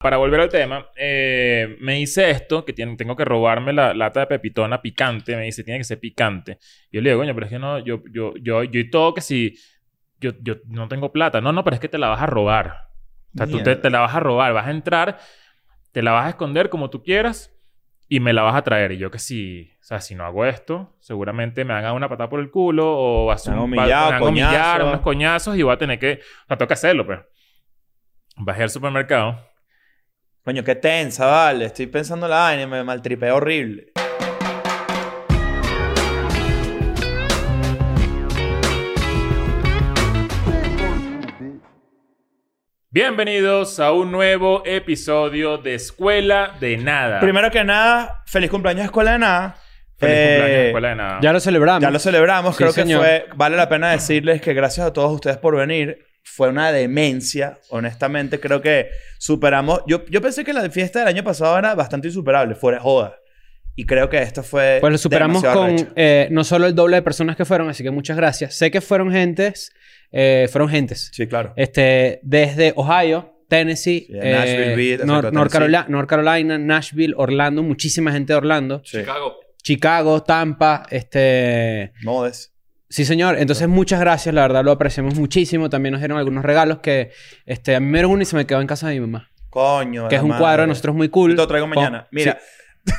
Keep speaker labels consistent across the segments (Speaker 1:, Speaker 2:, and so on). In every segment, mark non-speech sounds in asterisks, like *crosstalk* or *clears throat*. Speaker 1: Para volver al tema, eh, me dice esto, que tiene- tengo que robarme la lata de pepitona picante. Me dice, tiene que ser picante. Yo le digo, coño, pero es que no, yo, yo, yo, yo y todo que si yo, yo no tengo plata. No, no, pero es que te la vas a robar. O sea, tú te,
Speaker 2: Mierda.
Speaker 1: te la vas a robar, vas a entrar, te la vas a esconder como tú quieras y me la vas a traer. Y yo que si, o sea, si no hago esto, seguramente me van a dar una patada por el culo o vas a
Speaker 2: Me van a
Speaker 1: un- va-
Speaker 2: humillar,
Speaker 1: me van a humillar,
Speaker 2: coñazo.
Speaker 1: unos coñazos y voy a tener que, o sea, tengo que hacerlo, pero. Bajé al supermercado.
Speaker 2: Coño, qué tensa, vale. Estoy pensando la vaina y me maltripeo horrible.
Speaker 1: Bienvenidos a un nuevo episodio de Escuela de Nada.
Speaker 2: Primero que nada, feliz cumpleaños Escuela de Nada.
Speaker 1: Feliz cumpleaños,
Speaker 2: Eh,
Speaker 1: Escuela de Nada.
Speaker 3: Ya lo celebramos.
Speaker 2: Ya lo celebramos.
Speaker 3: Sí,
Speaker 2: Creo que
Speaker 3: señor.
Speaker 2: fue... Vale la pena decirles que gracias a todos ustedes por venir. Fue una demencia, honestamente. Creo que superamos... Yo, yo pensé que la fiesta del año pasado era bastante insuperable. Fuera de joda. Y creo que esta fue...
Speaker 3: Pues lo superamos
Speaker 2: demasiado
Speaker 3: con
Speaker 2: arrecha.
Speaker 3: eh, no solo el doble de personas que fueron, así que muchas gracias. Sé que fueron gentes, eh, fueron gentes.
Speaker 2: Sí, claro.
Speaker 3: Este, desde Ohio, Tennessee,
Speaker 2: Sí, Nashville,
Speaker 3: eh,
Speaker 2: Beat,
Speaker 3: Nor-
Speaker 2: Tennessee.
Speaker 3: North, Carolina, North Carolina, Nashville, Orlando, muchísima gente de Orlando,
Speaker 2: Sí.
Speaker 3: Chicago, Tampa, este,
Speaker 2: Modes.
Speaker 3: sí señor. Entonces muchas gracias, la verdad lo apreciamos muchísimo. También nos dieron algunos regalos que, este, a mí me dieron uno y se me quedó en casa de mi mamá,
Speaker 2: Coño.
Speaker 3: que es
Speaker 2: la
Speaker 3: un
Speaker 2: madre.
Speaker 3: cuadro de nosotros muy cool. Oh,
Speaker 2: Yo Te lo traigo
Speaker 3: Pon-
Speaker 2: mañana. Mira.
Speaker 3: Sí,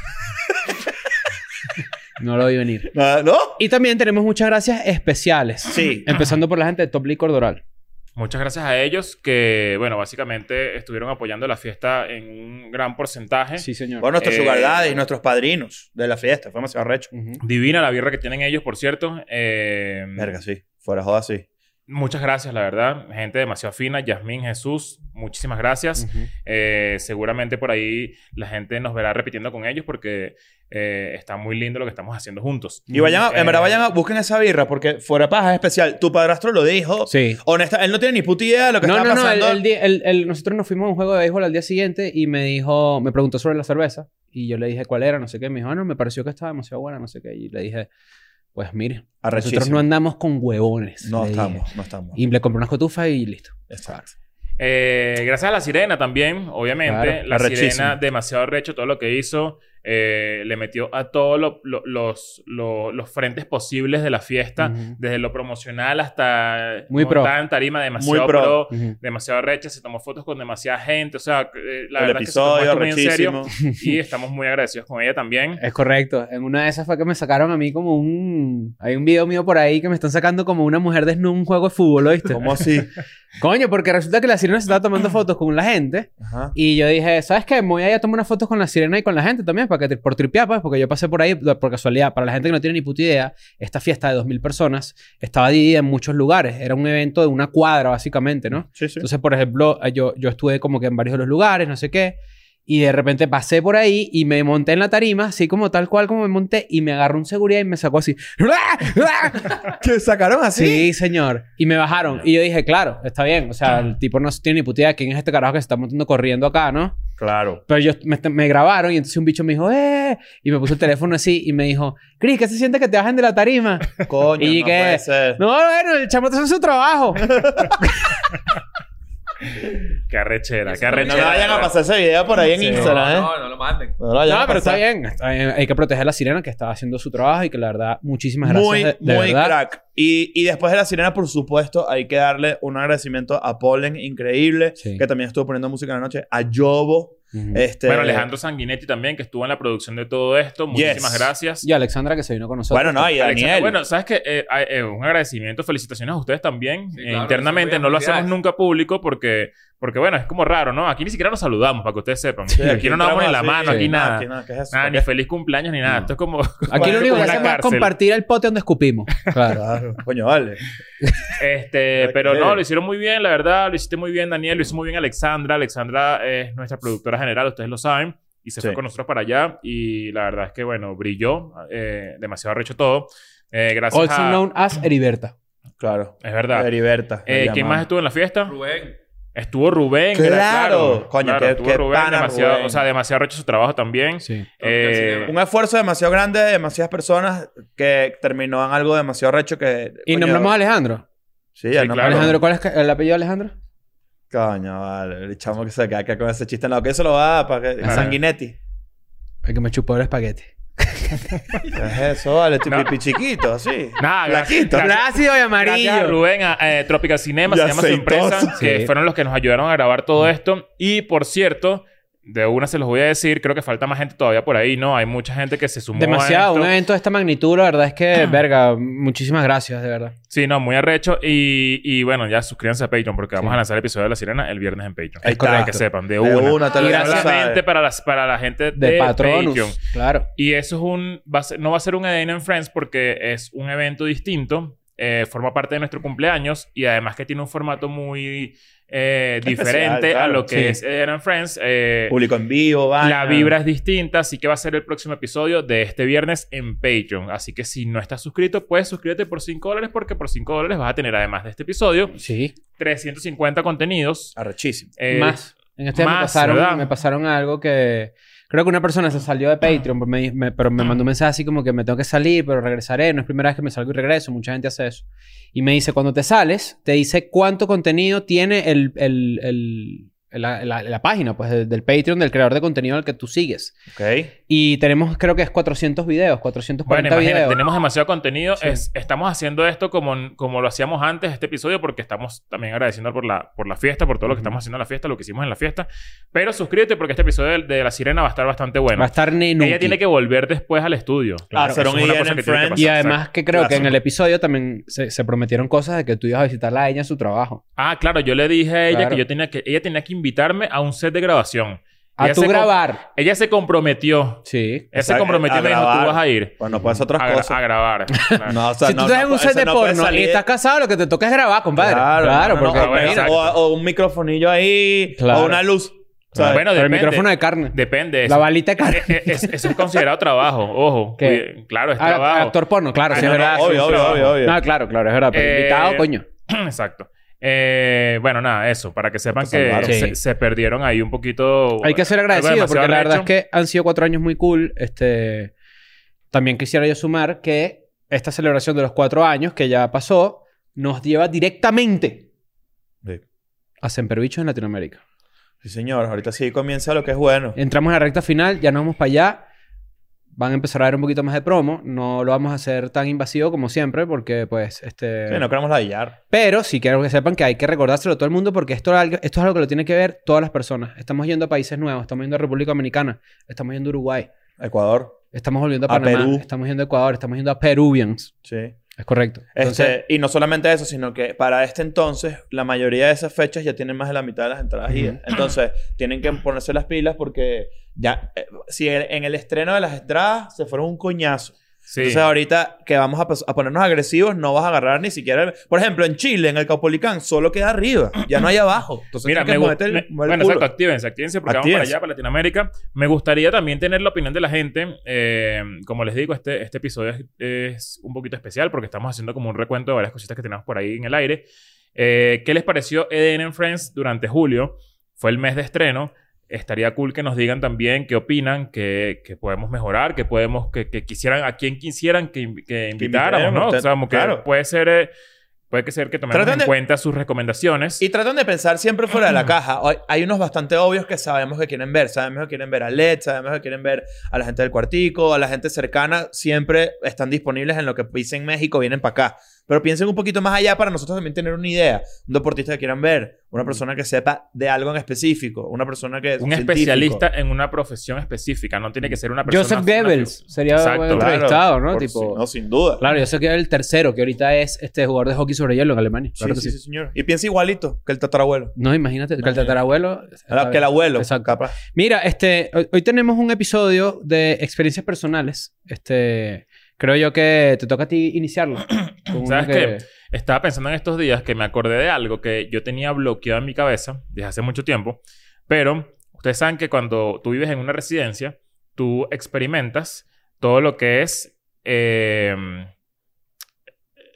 Speaker 3: no lo vi venir.
Speaker 2: Ah, ¿No?
Speaker 3: Y también tenemos muchas gracias especiales.
Speaker 2: Sí.
Speaker 3: Empezando por la gente de Top Licor Doral.
Speaker 1: Muchas gracias a ellos que, bueno, básicamente estuvieron apoyando la fiesta en un gran porcentaje.
Speaker 3: Sí, señor.
Speaker 2: Bueno, nuestros
Speaker 1: Eh,
Speaker 2: sugar daddies, nuestros padrinos de la fiesta. Fue demasiado recho.
Speaker 3: Ujú.
Speaker 1: Divina la birra que tienen ellos, por cierto. Eh,
Speaker 3: Mm.
Speaker 2: Verga, sí. Fuera joda, sí.
Speaker 1: muchas gracias, la verdad. Gente demasiado fina. Yasmín, Jesús, muchísimas
Speaker 2: Mm.
Speaker 1: gracias.
Speaker 3: Ujú.
Speaker 1: Eh, seguramente por ahí la gente nos verá repitiendo con ellos porque eh, está muy lindo lo que estamos haciendo juntos.
Speaker 3: Mm,
Speaker 2: Y vayan, a, en verdad,
Speaker 1: Eh,
Speaker 2: vayan a... Busquen esa birra porque fuera paja es especial. Tu padrastro lo dijo.
Speaker 3: Sí.
Speaker 2: Honesta, él no tiene ni puta idea de lo que
Speaker 3: No,
Speaker 2: está
Speaker 3: no, no. el-
Speaker 2: pasando.
Speaker 3: el día- el- el- nosotros nos fuimos a un juego de béisbol al día siguiente y me dijo, me preguntó sobre la cerveza. Y yo le dije cuál era, no sé qué. Me dijo, ah, no, me pareció que estaba demasiado buena, no sé qué. Y le dije, pues mire,
Speaker 2: Arrechísimo.
Speaker 3: nosotros no andamos con huevones.
Speaker 2: No
Speaker 3: le dije.
Speaker 2: estamos, no estamos.
Speaker 3: Y le compré unas cotufas y listo.
Speaker 2: Exacto.
Speaker 1: Eh, gracias a la sirena también, obviamente.
Speaker 3: Claro,
Speaker 1: la
Speaker 2: arrechísimo.
Speaker 1: sirena, demasiado recho todo lo que hizo. Eh, le metió a todos lo- lo- los, lo- los frentes posibles de la fiesta,
Speaker 3: Ujú.
Speaker 1: desde lo promocional hasta
Speaker 3: Muy pro.
Speaker 1: montada en tarima, demasiado
Speaker 2: Muy
Speaker 1: pro.
Speaker 2: pro.
Speaker 3: Ujú.
Speaker 1: demasiado recha, se tomó fotos con demasiada gente, o sea, eh, la
Speaker 2: el
Speaker 1: verdad es que se
Speaker 2: episodio,
Speaker 1: tomó esto muy en serio
Speaker 2: arrechísimo.
Speaker 1: *laughs* y estamos muy agradecidos con ella también.
Speaker 3: Es correcto. En una de esas fue que me sacaron a mí como un... Hay un video mío por ahí que me están sacando como una mujer desnuda en un juego de fútbol, ¿oíste?
Speaker 2: ¿Cómo así?
Speaker 3: *laughs* Coño, porque resulta que la sirena se estaba tomando fotos con la gente.
Speaker 2: Ajá.
Speaker 3: Y yo dije, ¿sabes qué? Me voy a ir a tomar unas fotos con la sirena y con la gente también, para que, tri- por tripear, pues, porque yo pasé por ahí por casualidad. Para la gente que no tiene ni puta idea, esta fiesta de 2.000 personas estaba dividida en muchos lugares. Era un evento de una cuadra, básicamente, ¿no?
Speaker 2: Sí, sí. *laughs*
Speaker 3: Entonces, por ejemplo, eh, yo, yo estuve como que en varios de los lugares, no sé qué. Y de repente pasé por ahí y me monté en la tarima, así como tal cual como me monté, y me agarró un seguridad y me sacó así. *laughs*
Speaker 2: ¿Te sacaron así?
Speaker 3: Sí, señor. Y me bajaron. Y yo dije, claro, está bien. O sea, el tipo no tiene ni puta idea de quién es este carajo que se está montando corriendo acá, ¿no? *laughs*
Speaker 2: Claro.
Speaker 3: Pero yo, me, me grabaron y entonces un bicho me dijo, ¡eh! Y me puso el teléfono así y me dijo, Cris, ¿qué se siente que te bajen de la tarima? *laughs*
Speaker 2: Coño,
Speaker 3: ¿Y
Speaker 2: no
Speaker 3: qué?
Speaker 2: puede ser.
Speaker 3: no, bueno, el chamo está haciendo su trabajo.
Speaker 1: Qué arrechera, qué
Speaker 2: No
Speaker 1: arrechera.
Speaker 2: le vayan a pasar ese video por ahí en
Speaker 3: Sí.
Speaker 2: Instagram, ¿eh?
Speaker 4: no lo manden.
Speaker 2: No, lo vayan
Speaker 3: No,
Speaker 2: a
Speaker 3: pero está
Speaker 2: pasar.
Speaker 3: bien. está bien. Hay que proteger a la sirena que está haciendo su trabajo y que la verdad, muchísimas gracias.
Speaker 2: Muy,
Speaker 3: de, de
Speaker 2: muy
Speaker 3: verdad.
Speaker 2: crack. Y, y después de La Sirena, por supuesto, hay que darle un agradecimiento a Pollen, increíble,
Speaker 3: Sí. Mm.
Speaker 2: que también estuvo poniendo música en la noche, a Yobo.
Speaker 3: Ujú.
Speaker 2: Este,
Speaker 1: Bueno, Alejandro Sanguinetti también, que estuvo en la producción de todo esto. Muchísimas
Speaker 2: Yes.
Speaker 1: gracias.
Speaker 3: Y Alexandra que se vino con nosotros.
Speaker 2: Bueno, no, y
Speaker 1: Alexandra,
Speaker 2: Daniel.
Speaker 1: bueno, sabes que eh, un agradecimiento, felicitaciones a ustedes también.
Speaker 4: Sí,
Speaker 1: Eh,
Speaker 4: claro,
Speaker 1: internamente
Speaker 4: eso
Speaker 1: no
Speaker 4: voy a
Speaker 1: lo hacemos
Speaker 4: olvidar.
Speaker 1: nunca público porque, porque, bueno, es como raro, ¿no? Aquí ni siquiera nos saludamos, para que ustedes sepan.
Speaker 2: Sí,
Speaker 1: aquí, no nos damos ni la
Speaker 2: entramos
Speaker 1: mano,
Speaker 2: así, Mm.
Speaker 1: aquí
Speaker 2: no,
Speaker 1: nada.
Speaker 2: aquí nada, ¿qué es eso?
Speaker 1: Nada,
Speaker 2: ¿Qué
Speaker 1: ni
Speaker 2: es-
Speaker 1: feliz cumpleaños ni nada.
Speaker 3: No.
Speaker 1: Esto es
Speaker 2: *laughs*
Speaker 1: como... este,
Speaker 3: Aquí lo único que
Speaker 1: Una
Speaker 3: hacemos es
Speaker 1: cárcel.
Speaker 3: compartir el pote donde escupimos.
Speaker 2: *laughs*
Speaker 3: Claro.
Speaker 2: Claro, coño, vale.
Speaker 1: Este,
Speaker 2: Ay,
Speaker 1: pero
Speaker 2: qué
Speaker 1: no,
Speaker 2: leve.
Speaker 1: lo hicieron muy bien, la verdad. Lo hiciste muy bien, Daniel. Lo hizo muy bien Alexandra. Alexandra es nuestra productora general, ustedes lo saben. Y se
Speaker 2: Sí.
Speaker 1: fue con nosotros para allá. Y la verdad es que, bueno, brilló. eh, demasiado arrecho todo. Eh,
Speaker 2: Oh,
Speaker 1: gracias
Speaker 3: Also
Speaker 1: a-
Speaker 3: known as Heriberta.
Speaker 2: Claro.
Speaker 1: Es verdad.
Speaker 2: Heriberta.
Speaker 1: Eh,
Speaker 2: la
Speaker 1: ¿Quién
Speaker 2: llamamos.
Speaker 1: más estuvo en la fiesta?
Speaker 4: Rubén.
Speaker 1: Estuvo Rubén.
Speaker 2: ¡Claro!
Speaker 1: era
Speaker 2: Coño,
Speaker 1: Claro,
Speaker 2: qué-
Speaker 1: estuvo
Speaker 2: qué
Speaker 1: Rubén.
Speaker 2: pana
Speaker 1: demasiado,
Speaker 2: Rubén.
Speaker 1: O sea, demasiado arrecho su trabajo también.
Speaker 3: Sí.
Speaker 1: Eh,
Speaker 2: Un esfuerzo demasiado grande de demasiadas personas que terminó en algo demasiado recho que...
Speaker 3: Y
Speaker 2: coño,
Speaker 3: nombramos a Alejandro.
Speaker 2: Sí, ya
Speaker 1: Sí,
Speaker 2: nombramos-
Speaker 1: claro.
Speaker 3: Alejandro, ¿cuál es que- el apellido de Alejandro?
Speaker 2: Coño, vale. El chamo que se queda acá con ese chiste. No, que eso lo va a para que...
Speaker 1: Ajá.
Speaker 2: Sanguinetti.
Speaker 3: El que me chupó el espagueti.
Speaker 2: ¿Qué es eso? Vale, este
Speaker 1: No.
Speaker 2: pipi chiquito, así.
Speaker 1: Nada,
Speaker 2: Flaquito.
Speaker 1: gracias-
Speaker 3: Plácido y
Speaker 1: Gracias a
Speaker 3: amarillo.
Speaker 1: Rubén, a, eh, Tropical Cinema,
Speaker 2: Y
Speaker 1: se llama su
Speaker 2: aceitoso. Mm.
Speaker 1: empresa, que
Speaker 3: Sí.
Speaker 1: fueron los que nos ayudaron a grabar todo esto. Y por cierto, de una se los voy a decir, creo que falta más gente todavía por ahí, ¿no? Hay mucha gente que se sumó. a
Speaker 3: Demasiado.
Speaker 1: esto.
Speaker 3: Un evento de esta magnitud, la verdad es *clears throat* que, verga, muchísimas gracias, de verdad.
Speaker 1: Sí, no, muy arrecho. Y, y bueno, ya suscríbanse a Patreon porque vamos
Speaker 3: Sí.
Speaker 1: a lanzar el episodio de La Sirena el viernes en Patreon.
Speaker 2: Ahí
Speaker 1: Es correcto.
Speaker 2: está.
Speaker 1: Que sepan, de
Speaker 2: De
Speaker 1: una.
Speaker 2: una, tal
Speaker 3: Y
Speaker 2: vez,
Speaker 3: gracias
Speaker 2: no sabe.
Speaker 1: Solamente para, las, para la gente de,
Speaker 3: De Patronus.
Speaker 1: Patreon.
Speaker 3: Claro.
Speaker 1: Y eso es un... Va a ser- no va a ser un Eden and Friends porque es un evento distinto. eh, forma parte de nuestro cumpleaños y además que tiene un formato muy eh,
Speaker 2: Especial,
Speaker 1: diferente a
Speaker 2: claro.
Speaker 1: lo que
Speaker 3: Sí.
Speaker 1: es Eden and Friends. eh,
Speaker 2: Público en vivo, va.
Speaker 1: la vibra es distinta, así que va a ser el próximo episodio de este viernes en Patreon. Así que si no estás suscrito, puedes suscríbete por 5 dólares porque por 5 dólares vas a tener, además de este episodio,
Speaker 3: Sí.
Speaker 1: 350 contenidos.
Speaker 2: Arrechísimo.
Speaker 1: eh,
Speaker 3: más. En este me
Speaker 1: más, ¿verdad?
Speaker 3: pasaron, me pasaron algo que... Creo que una persona se salió de Patreon, pero me, me- pero me mandó un mensaje así como que me tengo que salir, pero regresaré. No es primera vez que me salgo y regreso. Mucha gente hace eso. Y me dice, cuando te sales, te dice cuánto contenido tiene el, el- el- la, la- la página pues, del, del Patreon, del creador de contenido al que tú sigues.
Speaker 2: Ok.
Speaker 3: Y tenemos, creo que es 400 videos, 440
Speaker 1: Bueno, imagínate,
Speaker 3: videos.
Speaker 1: tenemos demasiado contenido.
Speaker 3: Sí.
Speaker 1: Es- estamos haciendo esto como, como lo hacíamos antes, este episodio, porque estamos también agradeciendo por la, por la fiesta, por todo lo que
Speaker 3: Ujú.
Speaker 1: estamos haciendo en la fiesta, lo que hicimos en la fiesta. Pero suscríbete porque este episodio de, de La Sirena va a estar bastante bueno.
Speaker 3: Va a estar
Speaker 1: Ella tiene que volver después al estudio.
Speaker 2: Claro,
Speaker 1: Eso
Speaker 2: hacer un
Speaker 1: es una
Speaker 2: EN
Speaker 1: cosa que
Speaker 2: Friends.
Speaker 1: tiene que pasar.
Speaker 3: Y además que creo que en
Speaker 2: Clásico.
Speaker 3: el episodio también se, se prometieron cosas de que tú ibas a visitarla a ella en su trabajo.
Speaker 1: Ah, claro, yo le dije a ella
Speaker 3: Claro.
Speaker 1: que yo tenía que ella tenía que invitarme a un set de grabación.
Speaker 3: A
Speaker 1: Ella
Speaker 3: tu
Speaker 1: se com-
Speaker 3: grabar.
Speaker 1: Ella se comprometió.
Speaker 3: Sí.
Speaker 1: Ella se
Speaker 2: Exacto,
Speaker 1: comprometió y
Speaker 2: a
Speaker 1: me dijo, tú
Speaker 2: grabar.
Speaker 1: vas a ir
Speaker 2: Bueno, puede ser otras
Speaker 1: a, gra-
Speaker 2: cosas.
Speaker 1: a
Speaker 3: *laughs*
Speaker 1: grabar. Claro.
Speaker 2: No, o sea,
Speaker 3: si tú
Speaker 2: no,
Speaker 3: estás en
Speaker 2: no,
Speaker 3: un set
Speaker 2: eso
Speaker 3: de
Speaker 2: no puede
Speaker 3: porno y
Speaker 2: salir.
Speaker 3: estás casado, lo que te toca es grabar, compadre. Claro,
Speaker 2: Claro, no, no,
Speaker 3: porque
Speaker 2: no, o-
Speaker 3: imagínate.
Speaker 1: exacto.
Speaker 2: o, o un microfonillo ahí,
Speaker 3: Claro.
Speaker 2: o una luz. ¿sabes?
Speaker 1: Bueno,
Speaker 3: Pero el
Speaker 1: depende.
Speaker 3: micrófono de carne.
Speaker 1: Depende.
Speaker 3: la
Speaker 1: Eso,
Speaker 3: balita
Speaker 2: *laughs*
Speaker 3: de carne.
Speaker 1: eh, es, eso es considerado trabajo. Ojo.
Speaker 3: ¿Qué?
Speaker 1: Cuide- Claro, es
Speaker 3: Ah,
Speaker 1: trabajo.
Speaker 3: actor porno, claro,
Speaker 1: Ah,
Speaker 3: sí,
Speaker 1: no,
Speaker 3: es verdad.
Speaker 1: no,
Speaker 3: sí,
Speaker 2: obvio,
Speaker 3: sí.
Speaker 2: obvio, obvio, obvio.
Speaker 3: No, claro, claro, es verdad. Pero
Speaker 1: Eh,
Speaker 3: invitado, coño. *clears throat*
Speaker 1: Exacto. Eh, bueno, nada, eso. Para que sepan
Speaker 2: Te
Speaker 1: que
Speaker 2: salvaron.
Speaker 1: se,
Speaker 3: Sí.
Speaker 1: se perdieron ahí un poquito.
Speaker 3: Hay que ser
Speaker 1: algo
Speaker 3: agradecido
Speaker 1: demasiado
Speaker 3: porque la verdad es
Speaker 1: arrecho.
Speaker 3: que han sido cuatro años muy cool. Este, también quisiera yo sumar que esta celebración de los cuatro años que ya pasó nos lleva directamente
Speaker 2: Sí.
Speaker 3: a Semperbichos en Latinoamérica.
Speaker 2: Sí, señor. Ahorita sí comienza lo que es bueno.
Speaker 3: Entramos en la recta final, ya nos vamos para allá. Van a empezar a ver un poquito más de promo. No lo vamos a hacer tan invasivo como siempre porque, pues, este...
Speaker 2: Sí, no queremos ladillar.
Speaker 3: Pero sí quiero que sepan que hay que recordárselo a todo el mundo porque esto, es algo- esto es algo que lo tienen que ver todas las personas. Estamos yendo a países nuevos, estamos yendo a República Dominicana, estamos yendo a Uruguay,
Speaker 2: Ecuador.
Speaker 3: estamos volviendo a
Speaker 2: A
Speaker 3: Panamá,
Speaker 2: Perú.
Speaker 3: estamos yendo a Ecuador, estamos yendo a Peruvians.
Speaker 2: Sí.
Speaker 3: Es correcto. Entonces,
Speaker 2: Este, y no solamente eso, sino que para este entonces, la mayoría de esas fechas ya tienen más de la mitad de las entradas idas.
Speaker 3: Ujú.
Speaker 1: *clears throat*
Speaker 2: Entonces, tienen que ponerse las pilas porque ya, eh, si el- en el estreno de las entradas se fueron un coñazo.
Speaker 1: Sí.
Speaker 2: Entonces, ahorita que vamos a, pas- a ponernos agresivos, no vas a agarrar ni siquiera. el- por ejemplo, en Chile, en el Caupolicán, solo queda arriba, ya no hay abajo. Entonces,
Speaker 1: Mira,
Speaker 2: tienes
Speaker 1: me
Speaker 2: que
Speaker 1: gusta.
Speaker 2: moverte el- mover el
Speaker 1: Bueno,
Speaker 2: culo.
Speaker 1: exacto, actívense, actívense porque vamos
Speaker 2: Actívense.
Speaker 1: para allá, para Latinoamérica. Me gustaría también tener la opinión de la gente. Eh, como les digo, este, este episodio es, es un poquito especial porque estamos haciendo como un recuento de varias cositas que tenemos por ahí en el aire. Eh, ¿Qué les pareció EDN en Friends durante julio? Fue el mes de estreno. Estaría cool que nos digan también qué opinan, qué, qué podemos mejorar, qué podemos, que, que quisieran, a quién quisieran que, inv- que invitáramos, ¿no?
Speaker 2: invitemos,
Speaker 1: O sea, como que
Speaker 2: claro.
Speaker 1: puede ser, eh, puede que ser que tomemos
Speaker 2: Traten
Speaker 1: en
Speaker 2: de-
Speaker 1: cuenta sus recomendaciones.
Speaker 2: Y tratan de pensar siempre fuera
Speaker 3: *clears throat*
Speaker 2: de la caja. Hay- Hay unos bastante obvios que sabemos que quieren ver. Sabemos que quieren ver a Led, sabemos que quieren ver a la gente del cuartico, a la gente cercana. Siempre están disponibles en lo que dicen México, vienen para acá. Pero piensen un poquito más allá para nosotros también tener una idea. Un deportista que quieran ver, una persona que sepa de algo en específico, una persona que...
Speaker 1: un
Speaker 2: científico.
Speaker 1: especialista en una profesión específica. No tiene que ser una persona.
Speaker 3: Joseph
Speaker 1: una
Speaker 3: Goebbels
Speaker 1: figura.
Speaker 3: sería
Speaker 1: Exacto,
Speaker 3: buen
Speaker 1: claro.
Speaker 3: entrevistado, ¿no?
Speaker 2: Por si-
Speaker 3: tipo,
Speaker 2: no, sin duda.
Speaker 3: Claro, yo sé que era el tercero, que ahorita es este jugador de hockey sobre hielo en Alemania.
Speaker 2: Sí,
Speaker 3: Claro que
Speaker 2: sí,
Speaker 3: sí.
Speaker 2: sí, señor. Y piensa igualito que el tatarabuelo.
Speaker 3: No, imagínate, eh, que el tatarabuelo...
Speaker 2: La- que el abuelo.
Speaker 3: Exacto.
Speaker 2: Capaz.
Speaker 3: Mira, este, hoy, hoy tenemos un episodio de experiencias personales. Este, creo yo que te toca a ti *clears throat* iniciarlo. Con uno
Speaker 1: ¿Sabes qué? Estaba pensando en estos días que me acordé de algo que yo tenía bloqueado en mi cabeza desde hace mucho tiempo. Pero ustedes saben que cuando tú vives en una residencia, tú experimentas todo lo que es eh,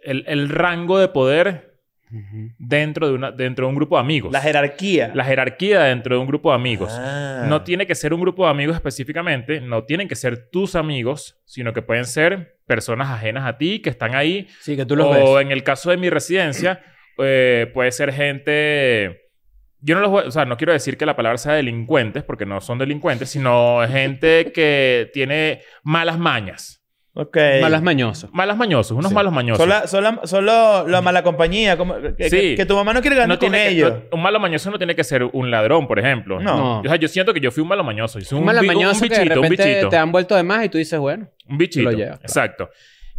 Speaker 1: el, el rango de poder
Speaker 3: Ujú.
Speaker 1: dentro de, una, dentro de un grupo de amigos.
Speaker 2: La jerarquía.
Speaker 1: La jerarquía dentro de un grupo de amigos.
Speaker 2: Ah.
Speaker 1: No tiene que ser un grupo de amigos específicamente, no tienen que ser tus amigos, sino que pueden ser personas ajenas a ti que están ahí.
Speaker 3: Sí, que tú los
Speaker 1: o *clears throat*
Speaker 3: ves.
Speaker 1: en el caso de mi residencia, eh, puede ser gente Yo no los voy, o sea, no quiero decir que la palabra sea delincuentes, porque no son delincuentes,
Speaker 3: *laughs*
Speaker 1: sino gente que tiene malas mañas.
Speaker 2: Ok.
Speaker 3: Malas mañosos.
Speaker 1: Malas mañosos, unos
Speaker 2: Sí.
Speaker 1: malos mañosos.
Speaker 2: Solo, solo, solo la mala compañía. como- que,
Speaker 1: Sí.
Speaker 2: que- que tu mamá no quiere ganar
Speaker 1: no
Speaker 2: con
Speaker 1: tiene que-
Speaker 2: ellos.
Speaker 1: no- un malo mañoso no tiene que ser un ladrón, por ejemplo.
Speaker 2: No.
Speaker 1: O sea, yo siento que yo fui un malo mañoso. Yo soy
Speaker 3: Un
Speaker 1: un, bi- un
Speaker 3: malamañoso que de
Speaker 1: bichito, un
Speaker 3: repente
Speaker 1: bichito.
Speaker 3: te han vuelto de más y tú dices, bueno,
Speaker 1: Un bichito.
Speaker 3: Lo llevas, claro.
Speaker 1: Exacto.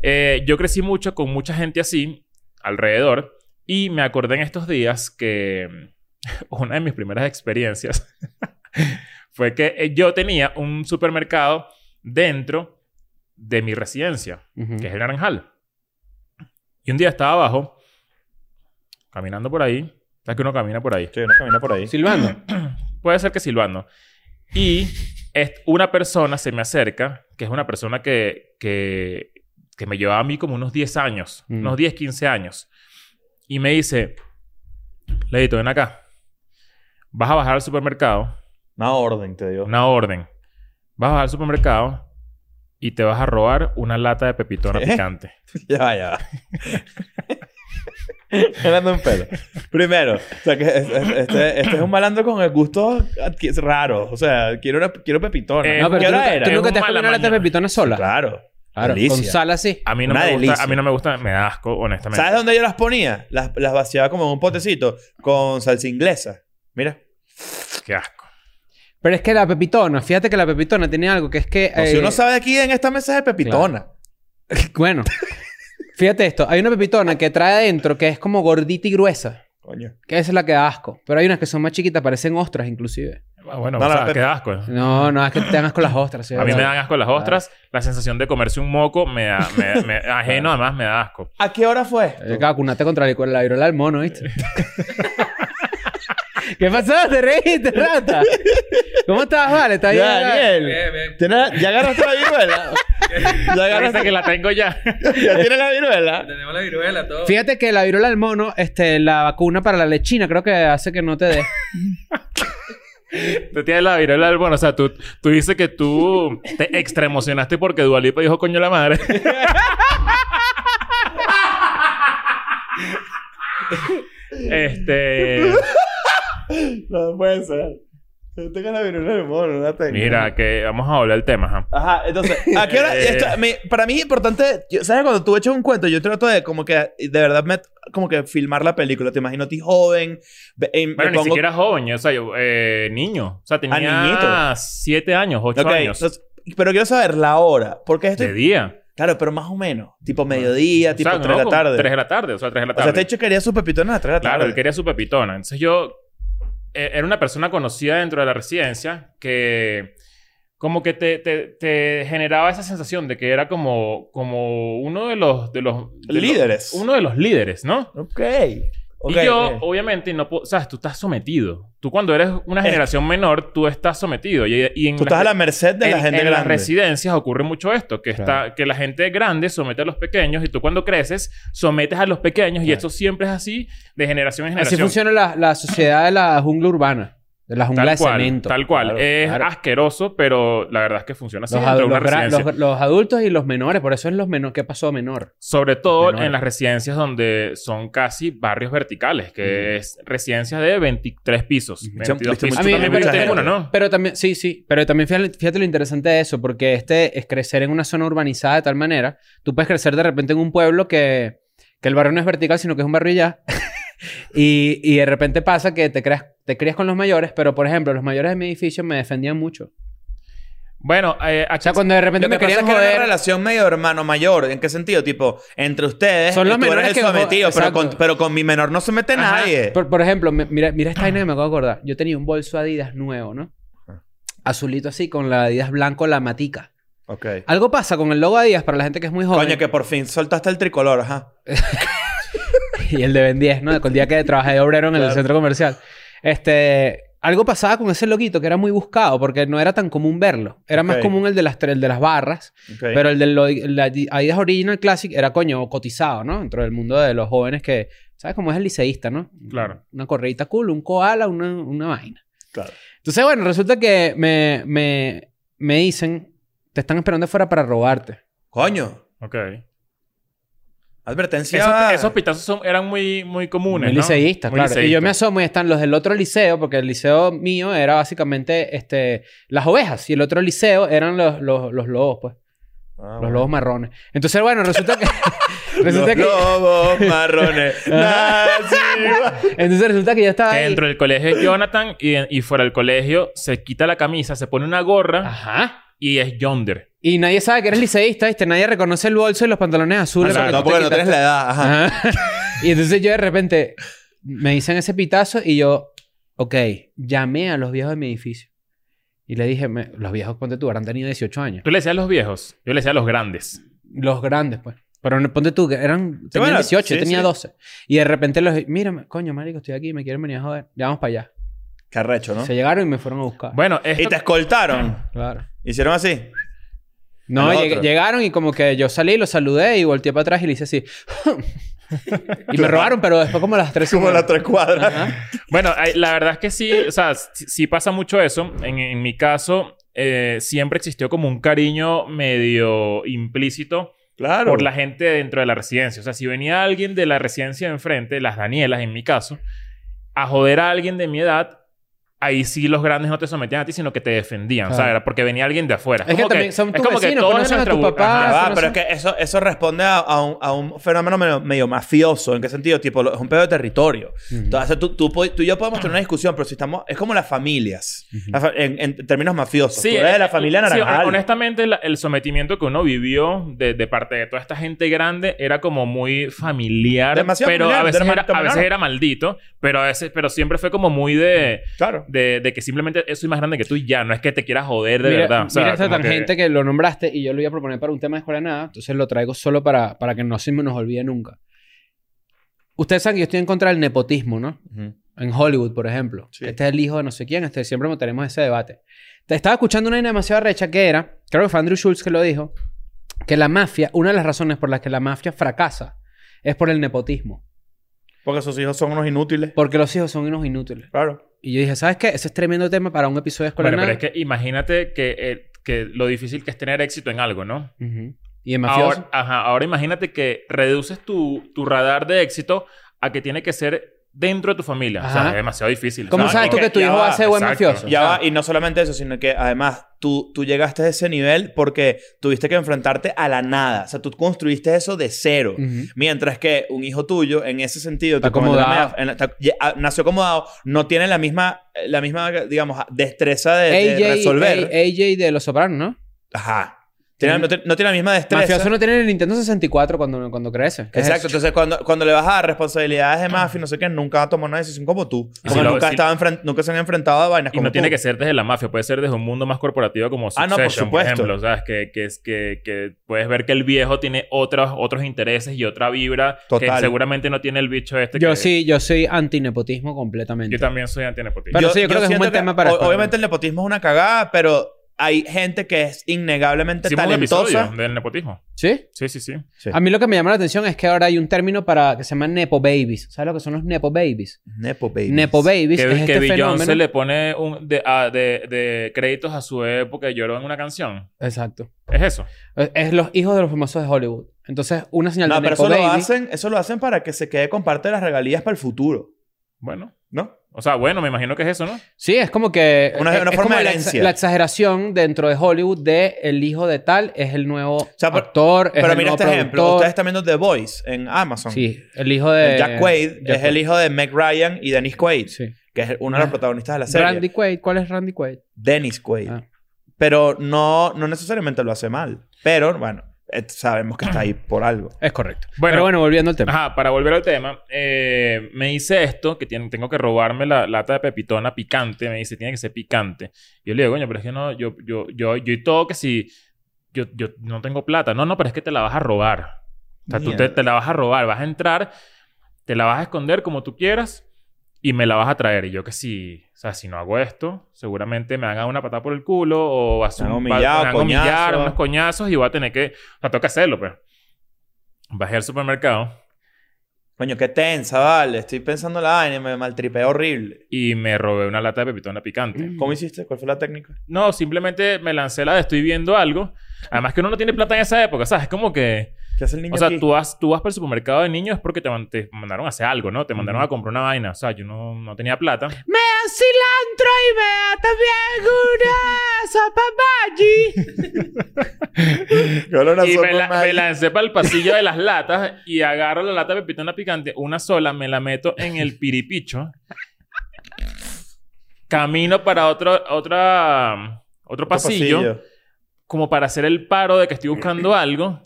Speaker 1: Eh, yo crecí mucho con mucha gente así alrededor y me acordé en estos días que mm, *laughs* una de mis primeras experiencias *laughs* fue que eh, yo tenía un supermercado dentro de mi residencia,
Speaker 3: ujú,
Speaker 1: que es el Naranjal. Y un día estaba abajo, caminando por ahí. ¿Sabes que uno camina por ahí?
Speaker 2: Sí, uno camina por ahí.
Speaker 3: *clears throat* silbando.
Speaker 1: *clears throat* Puede ser que silbando. Y es- una persona se me acerca, que es una persona que, que, que me llevaba a mí como unos 10 años,
Speaker 3: Mm.
Speaker 1: unos 10, 15 años. Y me dice, Leito, ven acá. Vas a bajar al supermercado,
Speaker 2: Una orden, te digo.
Speaker 1: una orden. Vas a bajar al supermercado y te vas a robar una lata de pepitona
Speaker 2: ¿Qué?
Speaker 1: picante.
Speaker 2: *laughs* Ya va, ya *laughs* va. Ganando un pelo. Primero, o sea, que es- es- este, este es un malandro con el gusto adqui- raro. O sea, quiero, una, quiero pepitona.
Speaker 1: Eh,
Speaker 3: No, pero
Speaker 2: ¿Qué
Speaker 3: tú,
Speaker 2: hora
Speaker 3: nunca-
Speaker 2: era?
Speaker 3: tú nunca te
Speaker 1: Es
Speaker 3: has
Speaker 1: un
Speaker 3: comido una lata de
Speaker 1: malamañoso.
Speaker 3: pepitona sola.
Speaker 2: Claro.
Speaker 3: Claro, con
Speaker 2: Delicia.
Speaker 3: sal así.
Speaker 1: A mí no
Speaker 2: Una
Speaker 1: me
Speaker 2: delicia.
Speaker 1: gusta, a mí no me gusta, me da asco, honestamente.
Speaker 2: ¿Sabes dónde yo las ponía? Las, las vaciaba como en un potecito con salsa inglesa. Mira.
Speaker 1: Qué asco.
Speaker 3: Pero es que la pepitona, fíjate que la pepitona tiene algo que es que.
Speaker 2: No, si
Speaker 3: eh,
Speaker 2: uno sabe aquí en esta mesa es de pepitona.
Speaker 3: *laughs* Bueno, fíjate esto: hay una pepitona que trae adentro que es como gordita y gruesa,
Speaker 2: Coño.
Speaker 3: que esa es la que da asco. Pero hay unas que son más chiquitas, parecen ostras inclusive.
Speaker 1: Ah, Bueno,
Speaker 2: No,
Speaker 1: o
Speaker 2: no,
Speaker 1: sea,
Speaker 2: pe-
Speaker 1: qué asco.
Speaker 3: No, no, es que te dan asco las ostras. sí,
Speaker 1: A mí
Speaker 3: ¿verdad?
Speaker 1: me dan asco las ostras. La sensación de comerse un moco me da... me-
Speaker 2: *laughs*
Speaker 1: me- ajeno, además, me da asco.
Speaker 2: ¿A qué hora fue? esto?
Speaker 3: Hay que vacunarte Eh, contra la, la viruela del mono, ¿viste? *laughs* ¿Qué pasó? ¿Te reíste, rata? ¿Cómo estás, Vale? ¿Estás bien?
Speaker 2: Ya, Daniel. ¿Tienes- ¿Ya agarraste la viruela? ¿Ya
Speaker 1: Ahorita
Speaker 2: agarraste
Speaker 1: que la tengo ya. *laughs*
Speaker 2: ¿Ya tienes la viruela?
Speaker 4: Tenemos la viruela, todo.
Speaker 3: Fíjate que la viruela del mono, este, la vacuna para la lechina, creo que hace que no te
Speaker 1: *laughs*
Speaker 3: dé.
Speaker 1: Tú tienes la viruela del mono. O sea, tú, tú dices que tú te extraemocionaste porque Dualipa dijo coño la
Speaker 2: *laughs*
Speaker 1: madre. este...
Speaker 2: No puede ser. Yo tengo la viruela del mono, no la tengo.
Speaker 1: Mira, que vamos a hablar del tema. ajá.
Speaker 2: Ajá, entonces, ¿a qué hora?
Speaker 1: Eh.
Speaker 2: Esto- me- para mí es importante, yo- ¿sabes? Cuando tú echas un cuento, yo trato de como que, de verdad, me- como que filmar la película. Te imagino a ti joven. ve- eh, me
Speaker 1: Bueno, ni
Speaker 2: pongo-
Speaker 1: siquiera joven. O sea, yo... eh, niño. O sea, tenía
Speaker 2: niñito.
Speaker 1: siete años, ocho
Speaker 2: Ok,
Speaker 1: años.
Speaker 2: entonces, pero quiero saber la hora. Porque esto
Speaker 1: De día.
Speaker 2: Claro, pero más o menos. Tipo mediodía,
Speaker 1: O
Speaker 2: tipo
Speaker 1: sea,
Speaker 2: 3 de
Speaker 1: no,
Speaker 2: la tarde.
Speaker 1: Tres de la tarde. O sea, tres de la
Speaker 2: O
Speaker 1: tarde.
Speaker 2: sea, te he dicho que quería su pepitona a las 3 de la
Speaker 1: Claro,
Speaker 2: tarde.
Speaker 1: él quería su pepitona. Entonces yo eh, era una persona conocida dentro de la residencia que como que te, te- te generaba esa sensación de que era como, como uno de los... De los de los-
Speaker 2: Líderes.
Speaker 1: uno de los líderes, ¿no?
Speaker 2: Ok. Ok.
Speaker 1: y yo, oh,
Speaker 2: ok.
Speaker 1: obviamente, no puedo... Sabes, tú estás sometido. Tú cuando eres una generación menor, tú estás sometido. Y, y en
Speaker 2: Tú
Speaker 1: las-
Speaker 2: estás a la merced de la
Speaker 1: en-
Speaker 2: gente
Speaker 1: en las
Speaker 2: grande.
Speaker 1: residencias ocurre mucho esto, que,
Speaker 3: Claro.
Speaker 1: está, que la gente grande somete a los pequeños y tú cuando creces sometes a los pequeños y
Speaker 3: Claro.
Speaker 1: esto siempre es así de generación en
Speaker 3: Así
Speaker 1: generación.
Speaker 3: funciona la, la sociedad de la jungla urbana, de la jungla
Speaker 1: Tal
Speaker 3: de
Speaker 1: cual,
Speaker 3: cemento.
Speaker 1: Tal cual.
Speaker 3: Claro,
Speaker 1: es
Speaker 3: claro.
Speaker 1: asqueroso, pero la verdad es que funciona así
Speaker 3: Los,
Speaker 1: dentro de
Speaker 3: adu-
Speaker 1: una
Speaker 3: los gra-
Speaker 1: residencia.
Speaker 3: los- los adultos y los menores, por eso es los menores. ¿Qué pasó menor?
Speaker 1: Sobre todo
Speaker 3: menores.
Speaker 1: en las residencias donde son casi barrios verticales, que
Speaker 3: Ujú.
Speaker 1: es residencias de 23 pisos.
Speaker 3: Mm. Ujú.
Speaker 1: 22
Speaker 2: Viste
Speaker 1: pisos. Tú
Speaker 2: mucho-
Speaker 3: A mí-
Speaker 1: también
Speaker 3: pero-
Speaker 1: viviste en
Speaker 3: pero-
Speaker 1: uno, ¿no?
Speaker 3: Pero también, sí, sí. Pero también fíjate, fíjate lo interesante de eso, porque este es crecer en una zona urbanizada de tal manera. Tú puedes crecer de repente en un pueblo que, que el barrio no es vertical, sino que es un barrio y ya. *laughs* y, y de repente pasa que te creas, te crías con los mayores, pero por ejemplo, los mayores de mi edificio me defendían mucho.
Speaker 1: Bueno, eh,
Speaker 3: O sea, cuando de repente
Speaker 2: Lo
Speaker 3: me
Speaker 2: que pasa es
Speaker 3: querían
Speaker 2: que era una
Speaker 3: joder.
Speaker 2: relación medio hermano mayor. ¿En qué sentido? Tipo, entre ustedes,
Speaker 3: Son los
Speaker 2: tú eres
Speaker 3: menores
Speaker 2: el
Speaker 3: que-
Speaker 2: sometido, pero
Speaker 3: Exacto.
Speaker 2: con, pero con mi menor no se mete
Speaker 1: Ajá.
Speaker 2: nadie.
Speaker 3: Por, por ejemplo, me- mira, mira esta vaina que me acabo de acordar. Yo tenía un bolso Adidas nuevo, ¿no?
Speaker 2: Ah.
Speaker 3: Azulito así, con la Adidas blanco, la matica.
Speaker 2: Ok.
Speaker 3: Algo pasa con el logo Adidas para la gente que es muy joven.
Speaker 2: Coño, que por fin soltaste el tricolor, ajá.
Speaker 3: *laughs* Y el de Ben 10, ¿no? El día que trabajé de obrero en el
Speaker 2: Claro.
Speaker 3: centro comercial. Este, algo pasaba con ese loquito que era muy buscado porque no era tan común verlo. Era más
Speaker 2: Ok.
Speaker 3: común el de las, tre- el de las barras.
Speaker 2: Ok.
Speaker 3: Pero el de lo- el Adi- Adidas Original Classic era, coño, cotizado, ¿no? Dentro del mundo de los jóvenes que... ¿Sabes cómo es el liceísta, no?
Speaker 1: Claro.
Speaker 3: Una correita cool, un koala, una, una vaina.
Speaker 2: Claro.
Speaker 3: Entonces, bueno, resulta que me, me, me dicen... Te están esperando afuera para robarte.
Speaker 2: Coño.
Speaker 1: Ok.
Speaker 2: Advertencia.
Speaker 1: Esos, esos pitazos son- eran muy, muy comunes,
Speaker 3: Muy
Speaker 1: ¿no?
Speaker 3: liceísta,
Speaker 1: Muy
Speaker 3: claro. Y yo
Speaker 1: liceísta.
Speaker 3: me asomo y están los del otro liceo, porque el liceo mío era básicamente este, las ovejas y el otro liceo eran los, los, los lobos, pues.
Speaker 2: Ah,
Speaker 3: los
Speaker 2: bueno.
Speaker 3: lobos marrones. Entonces, bueno,
Speaker 1: *laughs*
Speaker 3: resulta que.
Speaker 2: Los
Speaker 3: resulta que *laughs*
Speaker 2: lobos marrones. Nazi.
Speaker 3: entonces resulta que yo estaba.
Speaker 1: Que
Speaker 3: ahí.
Speaker 1: dentro del colegio es Jonathan y, y fuera del colegio se quita la camisa, se pone una
Speaker 2: Ah.
Speaker 1: gorra
Speaker 3: Ajá.
Speaker 1: y es Yonder.
Speaker 3: Y nadie sabe que eres liceísta, ¿viste? Nadie reconoce el bolso y los pantalones azules.
Speaker 1: Exacto,
Speaker 3: tú
Speaker 2: No,
Speaker 3: te
Speaker 2: porque no
Speaker 3: quitaste-
Speaker 2: tienes la edad. Ajá.
Speaker 3: Ajá. *laughs* y entonces yo de repente me dicen ese pitazo y yo, ok, llamé a los viejos de mi edificio. Y le dije, me- los viejos, ponte tú, habrán tenido 18 años.
Speaker 1: Tú le decías a los viejos, yo le decía a los grandes.
Speaker 3: Los grandes, pues. Pero no- ponte tú, que eran... Tenía
Speaker 2: bueno,
Speaker 3: 18, yo
Speaker 2: sí,
Speaker 3: tenía
Speaker 2: sí.
Speaker 3: 12. Y de repente los... Mira, coño, marico, estoy aquí, me quieren venir a joder. Ya vamos para allá.
Speaker 2: Qué arrecho, ¿no?
Speaker 3: Se llegaron y me fueron a buscar.
Speaker 1: Bueno,
Speaker 2: Y
Speaker 1: esto,
Speaker 2: te escoltaron.
Speaker 3: Claro.
Speaker 2: Hicieron así.
Speaker 3: No,
Speaker 2: A los
Speaker 3: lleg-
Speaker 2: otros.
Speaker 3: llegaron y como que yo salí, los saludé y volteé para atrás y le hice así. *laughs* y me robaron, pero después como a las tres...
Speaker 2: Como
Speaker 3: semanas.
Speaker 2: las tres cuadras.
Speaker 3: Ajá.
Speaker 1: bueno, ay, la verdad es que sí, o sea, sí, sí pasa mucho eso. En, en mi caso, eh, siempre existió como un cariño medio implícito
Speaker 2: Claro.
Speaker 1: por la gente dentro de la residencia. O sea, si venía alguien de la residencia de enfrente, las Danielas en mi caso, a joder a alguien de mi edad, ahí sí los grandes no te sometían a ti, sino que te defendían. O sea,
Speaker 3: Claro.
Speaker 1: era porque venía alguien de afuera.
Speaker 3: Es que también son tus vecinos,
Speaker 1: todos en
Speaker 3: conocen a
Speaker 1: nuestra
Speaker 3: tu
Speaker 1: bu- Ajá.
Speaker 3: papá.
Speaker 2: Ya va,
Speaker 3: eso no
Speaker 2: pero es
Speaker 3: sé.
Speaker 2: que eso, eso responde a, a un, a un fenómeno medio, medio mafioso. ¿En qué sentido? Tipo, lo- es un pedo de territorio. Entonces, tú, tú, po- tú y yo podemos tener una discusión, pero si estamos... Es como las familias. La fa- en, en términos mafiosos. Sí, tú eres de la
Speaker 1: eh,
Speaker 2: familia
Speaker 1: sí,
Speaker 2: Naranjal.
Speaker 1: honestamente, la- el sometimiento que uno vivió de, de parte de toda esta gente grande era como muy familiar.
Speaker 2: Demasiado
Speaker 1: pero
Speaker 2: familiar,
Speaker 1: a, veces era,
Speaker 2: demasiado
Speaker 1: a veces
Speaker 2: menor.
Speaker 1: era maldito, pero, a veces, pero siempre fue como muy de,
Speaker 2: Claro.
Speaker 1: de, de que simplemente soy más grande que tú y ya. No es que te quieras joder de
Speaker 3: mira,
Speaker 1: verdad. O sea,
Speaker 3: mira esta
Speaker 1: como que-
Speaker 3: tangente que... lo nombraste y yo lo voy a proponer para un tema de escuela de nada, entonces lo traigo solo para, para que no se nos olvide nunca. Ustedes saben que yo estoy en contra del nepotismo, ¿no?
Speaker 2: Ujú.
Speaker 3: En Hollywood, por ejemplo.
Speaker 2: Sí.
Speaker 3: Este es el hijo de no sé quién, este siempre tenemos ese debate. Te estaba escuchando una vaina demasiado recha que era, creo que fue Andrew Schultz que lo dijo, que la mafia, una de las razones por las que la mafia fracasa es por el nepotismo,
Speaker 2: Porque sus hijos son unos inútiles.
Speaker 3: porque los hijos son unos inútiles.
Speaker 2: Claro.
Speaker 3: Y yo dije, ¿sabes qué? Ese es tremendo tema para un episodio de escuela
Speaker 1: Bueno,
Speaker 3: de
Speaker 1: pero es
Speaker 3: nada.
Speaker 1: que imagínate que, eh, que lo difícil que es tener éxito en algo, ¿no?
Speaker 3: Ujú. Y en mafioso.
Speaker 1: Ahora, ajá, ahora imagínate que reduces tu, tu radar de éxito a que tiene que ser dentro de tu familia. O
Speaker 3: Ajá.
Speaker 1: sea, es demasiado difícil.
Speaker 3: ¿Cómo
Speaker 1: No,
Speaker 3: sabes
Speaker 1: no,
Speaker 3: tú
Speaker 2: es
Speaker 3: que,
Speaker 2: que
Speaker 3: tu
Speaker 2: ya
Speaker 3: hijo
Speaker 2: va,
Speaker 3: va a ser buen
Speaker 1: exacto.
Speaker 3: mafioso?
Speaker 2: Ya
Speaker 3: O sea,
Speaker 2: va, y no solamente eso, sino que además tú, tú llegaste a ese nivel porque tuviste que enfrentarte a la nada. O sea, tú construiste eso de cero.
Speaker 3: Ujú.
Speaker 2: Mientras que un hijo tuyo, en ese sentido,
Speaker 3: Está
Speaker 2: te comenté
Speaker 3: acomodado.
Speaker 2: la- en la- está- ya- ah, nació acomodado, no tiene la misma, la misma digamos, destreza de, de
Speaker 3: AJ,
Speaker 2: resolver.
Speaker 3: A- AJ de Los Sopranos, ¿no?
Speaker 2: Ajá. Tiene- no, tiene- no tiene la misma destreza.
Speaker 3: Mafioso no tiene el Nintendo 64 cuando, cuando crece. ¿Qué es
Speaker 2: ¿eh? Exacto,
Speaker 3: eso?
Speaker 2: entonces cuando, cuando le vas a dar responsabilidades de mafia, y no sé qué, nunca va a tomar una decisión como tú.
Speaker 1: Y
Speaker 2: Porque
Speaker 1: si lo-
Speaker 2: nunca,
Speaker 1: si-
Speaker 2: estaba enfren- nunca se han enfrentado a vainas
Speaker 1: Y
Speaker 2: como
Speaker 1: no tiene
Speaker 2: tú.
Speaker 1: que ser desde la mafia, puede ser desde un mundo más corporativo como
Speaker 2: Ah,
Speaker 1: Succession,
Speaker 2: no, por
Speaker 1: por,
Speaker 2: supuesto.
Speaker 1: ejemplo. ¿sabes? Que, que, es- que, que puedes ver que el viejo tiene otros, otros intereses y otra vibra
Speaker 2: Total.
Speaker 1: que seguramente no tiene el bicho este.
Speaker 3: Yo
Speaker 1: que-
Speaker 3: sí, yo soy antinepotismo completamente.
Speaker 1: Yo también soy antinepotista.
Speaker 3: Pero sí, yo creo que es un
Speaker 2: siento
Speaker 3: buen tema para
Speaker 2: o-
Speaker 3: explorar.
Speaker 2: Obviamente el nepotismo es una cagada, pero hay gente que es innegablemente
Speaker 1: Hicimos un
Speaker 2: Este talentosa.
Speaker 1: episodio del nepotismo.
Speaker 3: ¿Sí?
Speaker 1: Sí, sí, sí.
Speaker 2: Sí.
Speaker 3: A mí lo que me llama la atención es que ahora hay un término para que se llama Nepo Babies. ¿Sabes lo que son los Nepo Babies?
Speaker 2: Nepo baby.
Speaker 3: Nepo Babies
Speaker 1: Que,
Speaker 3: es
Speaker 1: que
Speaker 3: este fenómeno.
Speaker 1: Beyoncé le pone un de, a- de- de créditos a su época y lloró en una canción.
Speaker 3: Exacto.
Speaker 1: Es eso.
Speaker 3: Es, es los hijos de los famosos de Hollywood. Entonces, una señal
Speaker 2: No,
Speaker 3: de
Speaker 2: pero
Speaker 3: Nepo
Speaker 2: eso
Speaker 3: Baby...
Speaker 2: lo, hacen, eso lo hacen para que se quede con parte de las regalías para el futuro,
Speaker 1: Bueno.
Speaker 2: ¿no?
Speaker 1: O sea, bueno, me imagino que es eso, ¿no?
Speaker 3: Sí, es como que...
Speaker 2: Una-
Speaker 3: es-
Speaker 2: una
Speaker 3: es
Speaker 2: forma
Speaker 3: como
Speaker 2: de
Speaker 3: la,
Speaker 2: herencia.
Speaker 3: exa- la exageración dentro de Hollywood de el hijo de tal es el nuevo
Speaker 2: sea, pero-
Speaker 3: actor, es
Speaker 2: Pero
Speaker 3: el
Speaker 2: mira
Speaker 3: nuevo
Speaker 2: este ejemplo.
Speaker 3: productor.
Speaker 2: Ustedes están viendo The Voice en Amazon.
Speaker 3: Sí, el hijo de...
Speaker 2: El Jack Quaid
Speaker 3: Jack
Speaker 2: es el hijo de Meg Ryan y Dennis Quaid,
Speaker 3: Sí.
Speaker 2: que es uno de los protagonistas de la serie.
Speaker 3: Randy Quaid. ¿Cuál es Randy Quaid?
Speaker 2: Dennis Quaid.
Speaker 3: Ah.
Speaker 2: Pero no, no necesariamente lo hace mal. Pero bueno, eh, sabemos que está ahí por algo.
Speaker 3: Es correcto.
Speaker 1: Bueno.
Speaker 3: Pero bueno, volviendo al tema.
Speaker 1: Ajá, para volver al tema, eh, me dice esto, que tiene- tengo que robarme la lata de pepitona picante, me dice, tiene que ser picante. Yo le digo, coño, pero es que no, yo, yo, yo, yo y todo que si, yo, yo no tengo plata. No, no, pero es que te la vas a robar. O sea, tú te,
Speaker 2: Mierda.
Speaker 1: te la vas a robar, vas a entrar, te la vas a esconder como tú quieras y me la vas a traer. Y yo que si, o sea, si no hago esto, seguramente me hagan una patada por el culo o vas a
Speaker 2: Me han
Speaker 1: un-
Speaker 2: humillado,
Speaker 1: va- me van a humillar,
Speaker 2: coñazo.
Speaker 1: unos coñazos y voy a tener que, o sea, tengo que hacerlo, pero. Bajé al supermercado.
Speaker 2: Coño, qué tensa, vale. Estoy pensando la vaina y me maltripeé horrible.
Speaker 1: y me robé una lata de pepitona picante.
Speaker 2: ¿Cómo hiciste? ¿Cuál fue la técnica?
Speaker 1: No, simplemente me lancé la de estoy viendo algo. Además que uno no tiene plata en esa época, ¿sabes? Es como que...
Speaker 2: ¿Qué hace el niño
Speaker 1: O sea,
Speaker 2: aquí? *laughs*
Speaker 1: tú vas, tú vas para el supermercado de niños es porque te, man- te mandaron a hacer algo, ¿no? Te mandaron
Speaker 2: Ujú.
Speaker 1: a comprar una vaina. O sea, yo no, no tenía plata.
Speaker 3: Me dan cilantro y me dan también una sopa Maggi.
Speaker 2: Qué olor a
Speaker 1: y
Speaker 2: sopa
Speaker 1: me, la-
Speaker 2: mal.
Speaker 1: me lancé para el pasillo de
Speaker 2: *laughs*
Speaker 1: las latas y agarro la lata de pepitona picante, una sola, me la meto en el
Speaker 2: *laughs*
Speaker 1: piripicho. Camino para otro, otra, otro
Speaker 2: Otro
Speaker 1: pasillo, como para hacer el paro de que estoy
Speaker 2: *clears throat*
Speaker 1: buscando algo.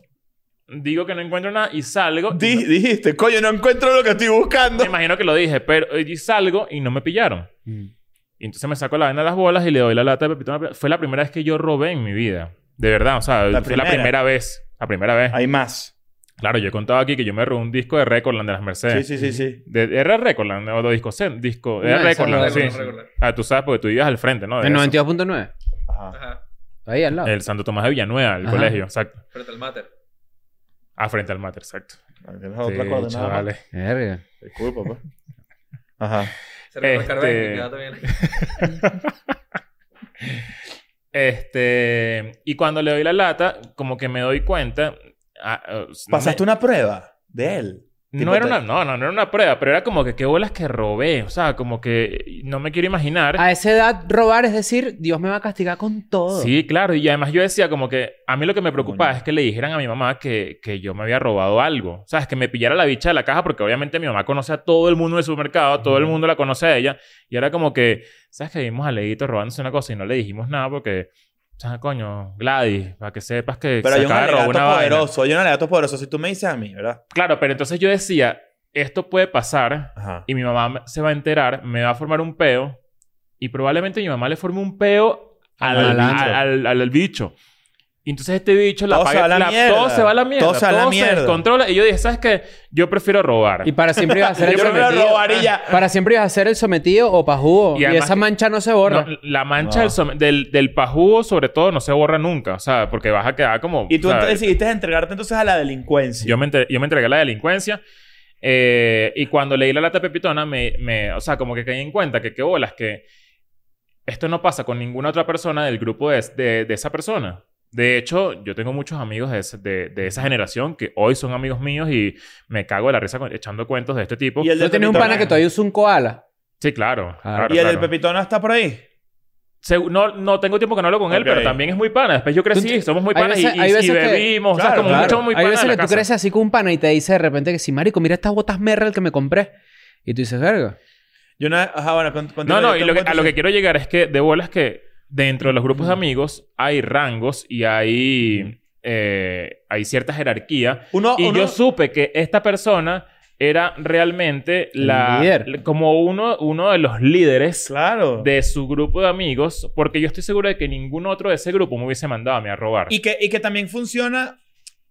Speaker 1: Digo que no encuentro nada y salgo. y
Speaker 2: Di- dijiste, coño, no encuentro lo que estoy
Speaker 1: no-
Speaker 2: buscando.
Speaker 1: me imagino que lo dije, pero y salgo y no me pillaron. Y entonces me saco la vaina de las bolas y le doy la lata de pepitona. picante. Fue la primera vez que yo robé en mi vida. De verdad, o sea,
Speaker 2: La
Speaker 1: fue la
Speaker 2: primera.
Speaker 1: primera vez. La primera vez.
Speaker 2: Hay más.
Speaker 1: Claro, yo he contado aquí que yo me robé un disco de Recordland de las
Speaker 2: Sí,
Speaker 1: Mercedes.
Speaker 2: sí, sí, sí.
Speaker 1: De, era Recordland, o de disco Zen, disco. Era
Speaker 3: No, Eh, esa
Speaker 1: Recordland,
Speaker 3: es
Speaker 1: sí.
Speaker 3: Recordland,
Speaker 1: sí. Ah, tú sabes porque tú vivías al frente, ¿no? De
Speaker 3: En
Speaker 1: eso.
Speaker 3: 92.9.
Speaker 2: Ajá.
Speaker 3: Ahí al lado.
Speaker 1: El Santo Tomás de Villanueva, el
Speaker 3: Ajá.
Speaker 1: colegio, exacto.
Speaker 4: Frente al mater.
Speaker 1: Ah, frente al Mater, exacto.
Speaker 2: Tienes
Speaker 1: Sí,
Speaker 2: otra coordenada.
Speaker 1: chavales.
Speaker 3: Verga.
Speaker 2: más. Disculpa, pues. Ajá.
Speaker 4: Cerca
Speaker 1: Este-
Speaker 4: de Carmen, que queda también.
Speaker 1: Este. Y cuando le doy la lata, como que me doy cuenta. ah, ah, no
Speaker 2: *laughs* ¿Pasaste
Speaker 1: me-
Speaker 2: una prueba de él?
Speaker 1: No
Speaker 2: tipo
Speaker 1: era
Speaker 2: te-
Speaker 1: una, no, no, no era una prueba, pero era como que qué bolas que robé. O sea, como que no me quiero imaginar.
Speaker 3: A esa edad, robar es decir, Dios me va a castigar con todo.
Speaker 1: Sí, claro. Y además yo decía como que a mí lo que me preocupaba
Speaker 2: Coño.
Speaker 1: es que le dijeran a mi mamá que, que yo me había robado algo. O sea, es que me pillara la bicha de la caja porque obviamente mi mamá conoce a todo el mundo del supermercado, todo el mundo la conoce a ella. Y era como que, ¿sabes que Vimos a Leguito robándose una cosa y no le dijimos nada porque, o sea, coño, Gladys, para que sepas que
Speaker 2: Pero hay un
Speaker 1: acaba de robar
Speaker 2: alegato
Speaker 1: vaina".
Speaker 2: poderoso. Hay un alegato poderoso. Si tú me dices a mí, ¿verdad?
Speaker 1: Claro, pero entonces yo decía, esto puede pasar
Speaker 2: Ajá.
Speaker 1: y mi mamá me- se va a enterar, me va a formar un peo y probablemente mi mamá le forme un peo al,
Speaker 3: Al
Speaker 1: al,
Speaker 3: malandro.
Speaker 1: al- al- al bicho. Y entonces este bicho la
Speaker 2: Todo se
Speaker 1: paga-
Speaker 2: va a la
Speaker 1: la-
Speaker 2: mierda.
Speaker 1: todo se va a la mierda. Todo se,
Speaker 2: va a la mierda.
Speaker 1: descontrola. Y yo dije, ¿sabes qué? Yo prefiero robar.
Speaker 3: Y
Speaker 1: Y,
Speaker 3: para siempre ibas a ser
Speaker 1: *laughs*
Speaker 3: el
Speaker 1: Yo me voy a
Speaker 3: sometido.
Speaker 1: robar y ya.
Speaker 3: Para siempre ibas a ser el sometido o pajugo.
Speaker 1: Y
Speaker 3: Y,
Speaker 1: además
Speaker 3: esa
Speaker 1: que-
Speaker 3: mancha no se borra.
Speaker 1: no, la mancha
Speaker 2: No.
Speaker 1: del, som- del, del pajugo, sobre todo, no se borra nunca. O sea, porque vas a quedar como...
Speaker 2: Y tú
Speaker 1: o sea,
Speaker 2: decidiste entregarte entonces a la delincuencia.
Speaker 1: Yo me, entre- yo me entregué a la delincuencia. eh, y cuando leí la lata de pepitona, me, me- o sea, como que caí en cuenta que qué bolas, que esto no pasa con ninguna otra persona del grupo de, de- de esa persona. De hecho, yo tengo muchos amigos de, ese- de- de esa generación que hoy son amigos míos y me cago de la risa con- echando cuentos de este tipo.
Speaker 2: Y el
Speaker 3: Tú
Speaker 2: del
Speaker 3: tienes un
Speaker 2: Pepitona.
Speaker 3: pana que todavía usa un koala.
Speaker 1: Sí, claro.
Speaker 3: Ah.
Speaker 1: claro,
Speaker 2: ¿Y el del
Speaker 1: claro.
Speaker 2: Pepitona está por ahí?
Speaker 1: Segu- No, no tengo tiempo que no hablo con él,
Speaker 2: Ok.
Speaker 1: pero también es muy pana. Después yo crecí,
Speaker 3: Tú-
Speaker 1: somos muy
Speaker 3: hay
Speaker 1: panas y-
Speaker 3: veces-
Speaker 1: y,
Speaker 3: hay
Speaker 1: y
Speaker 3: veces que-
Speaker 1: bebimos. o sea,
Speaker 2: Claro,
Speaker 1: como
Speaker 2: claro.
Speaker 1: mucho muy
Speaker 3: Hay
Speaker 1: pana
Speaker 3: veces
Speaker 1: de
Speaker 3: que
Speaker 1: la
Speaker 3: tú
Speaker 1: casa.
Speaker 3: creces así con un pana y te dice de repente que sí, marico, mira estas botas Merrell que me compré. Y tú dices, verga.
Speaker 2: Yo una ajá, bueno, cont-
Speaker 1: No,
Speaker 2: continúa,
Speaker 1: no,
Speaker 2: yo
Speaker 1: y lo que- a
Speaker 2: tengo
Speaker 1: lo que
Speaker 2: entonces-
Speaker 1: quiero llegar es que de bolas que dentro de los grupos de amigos hay rangos y hay, eh, hay cierta jerarquía.
Speaker 2: Uno,
Speaker 1: Y
Speaker 2: uno-
Speaker 1: yo supe que esta persona era realmente
Speaker 3: El
Speaker 1: la,
Speaker 3: líder.
Speaker 1: l- como uno, uno de los líderes
Speaker 2: Claro.
Speaker 1: de su grupo de amigos, porque yo estoy seguro de que ningún otro de ese grupo me hubiese mandado a mí a robar.
Speaker 2: Y que, y que también funciona,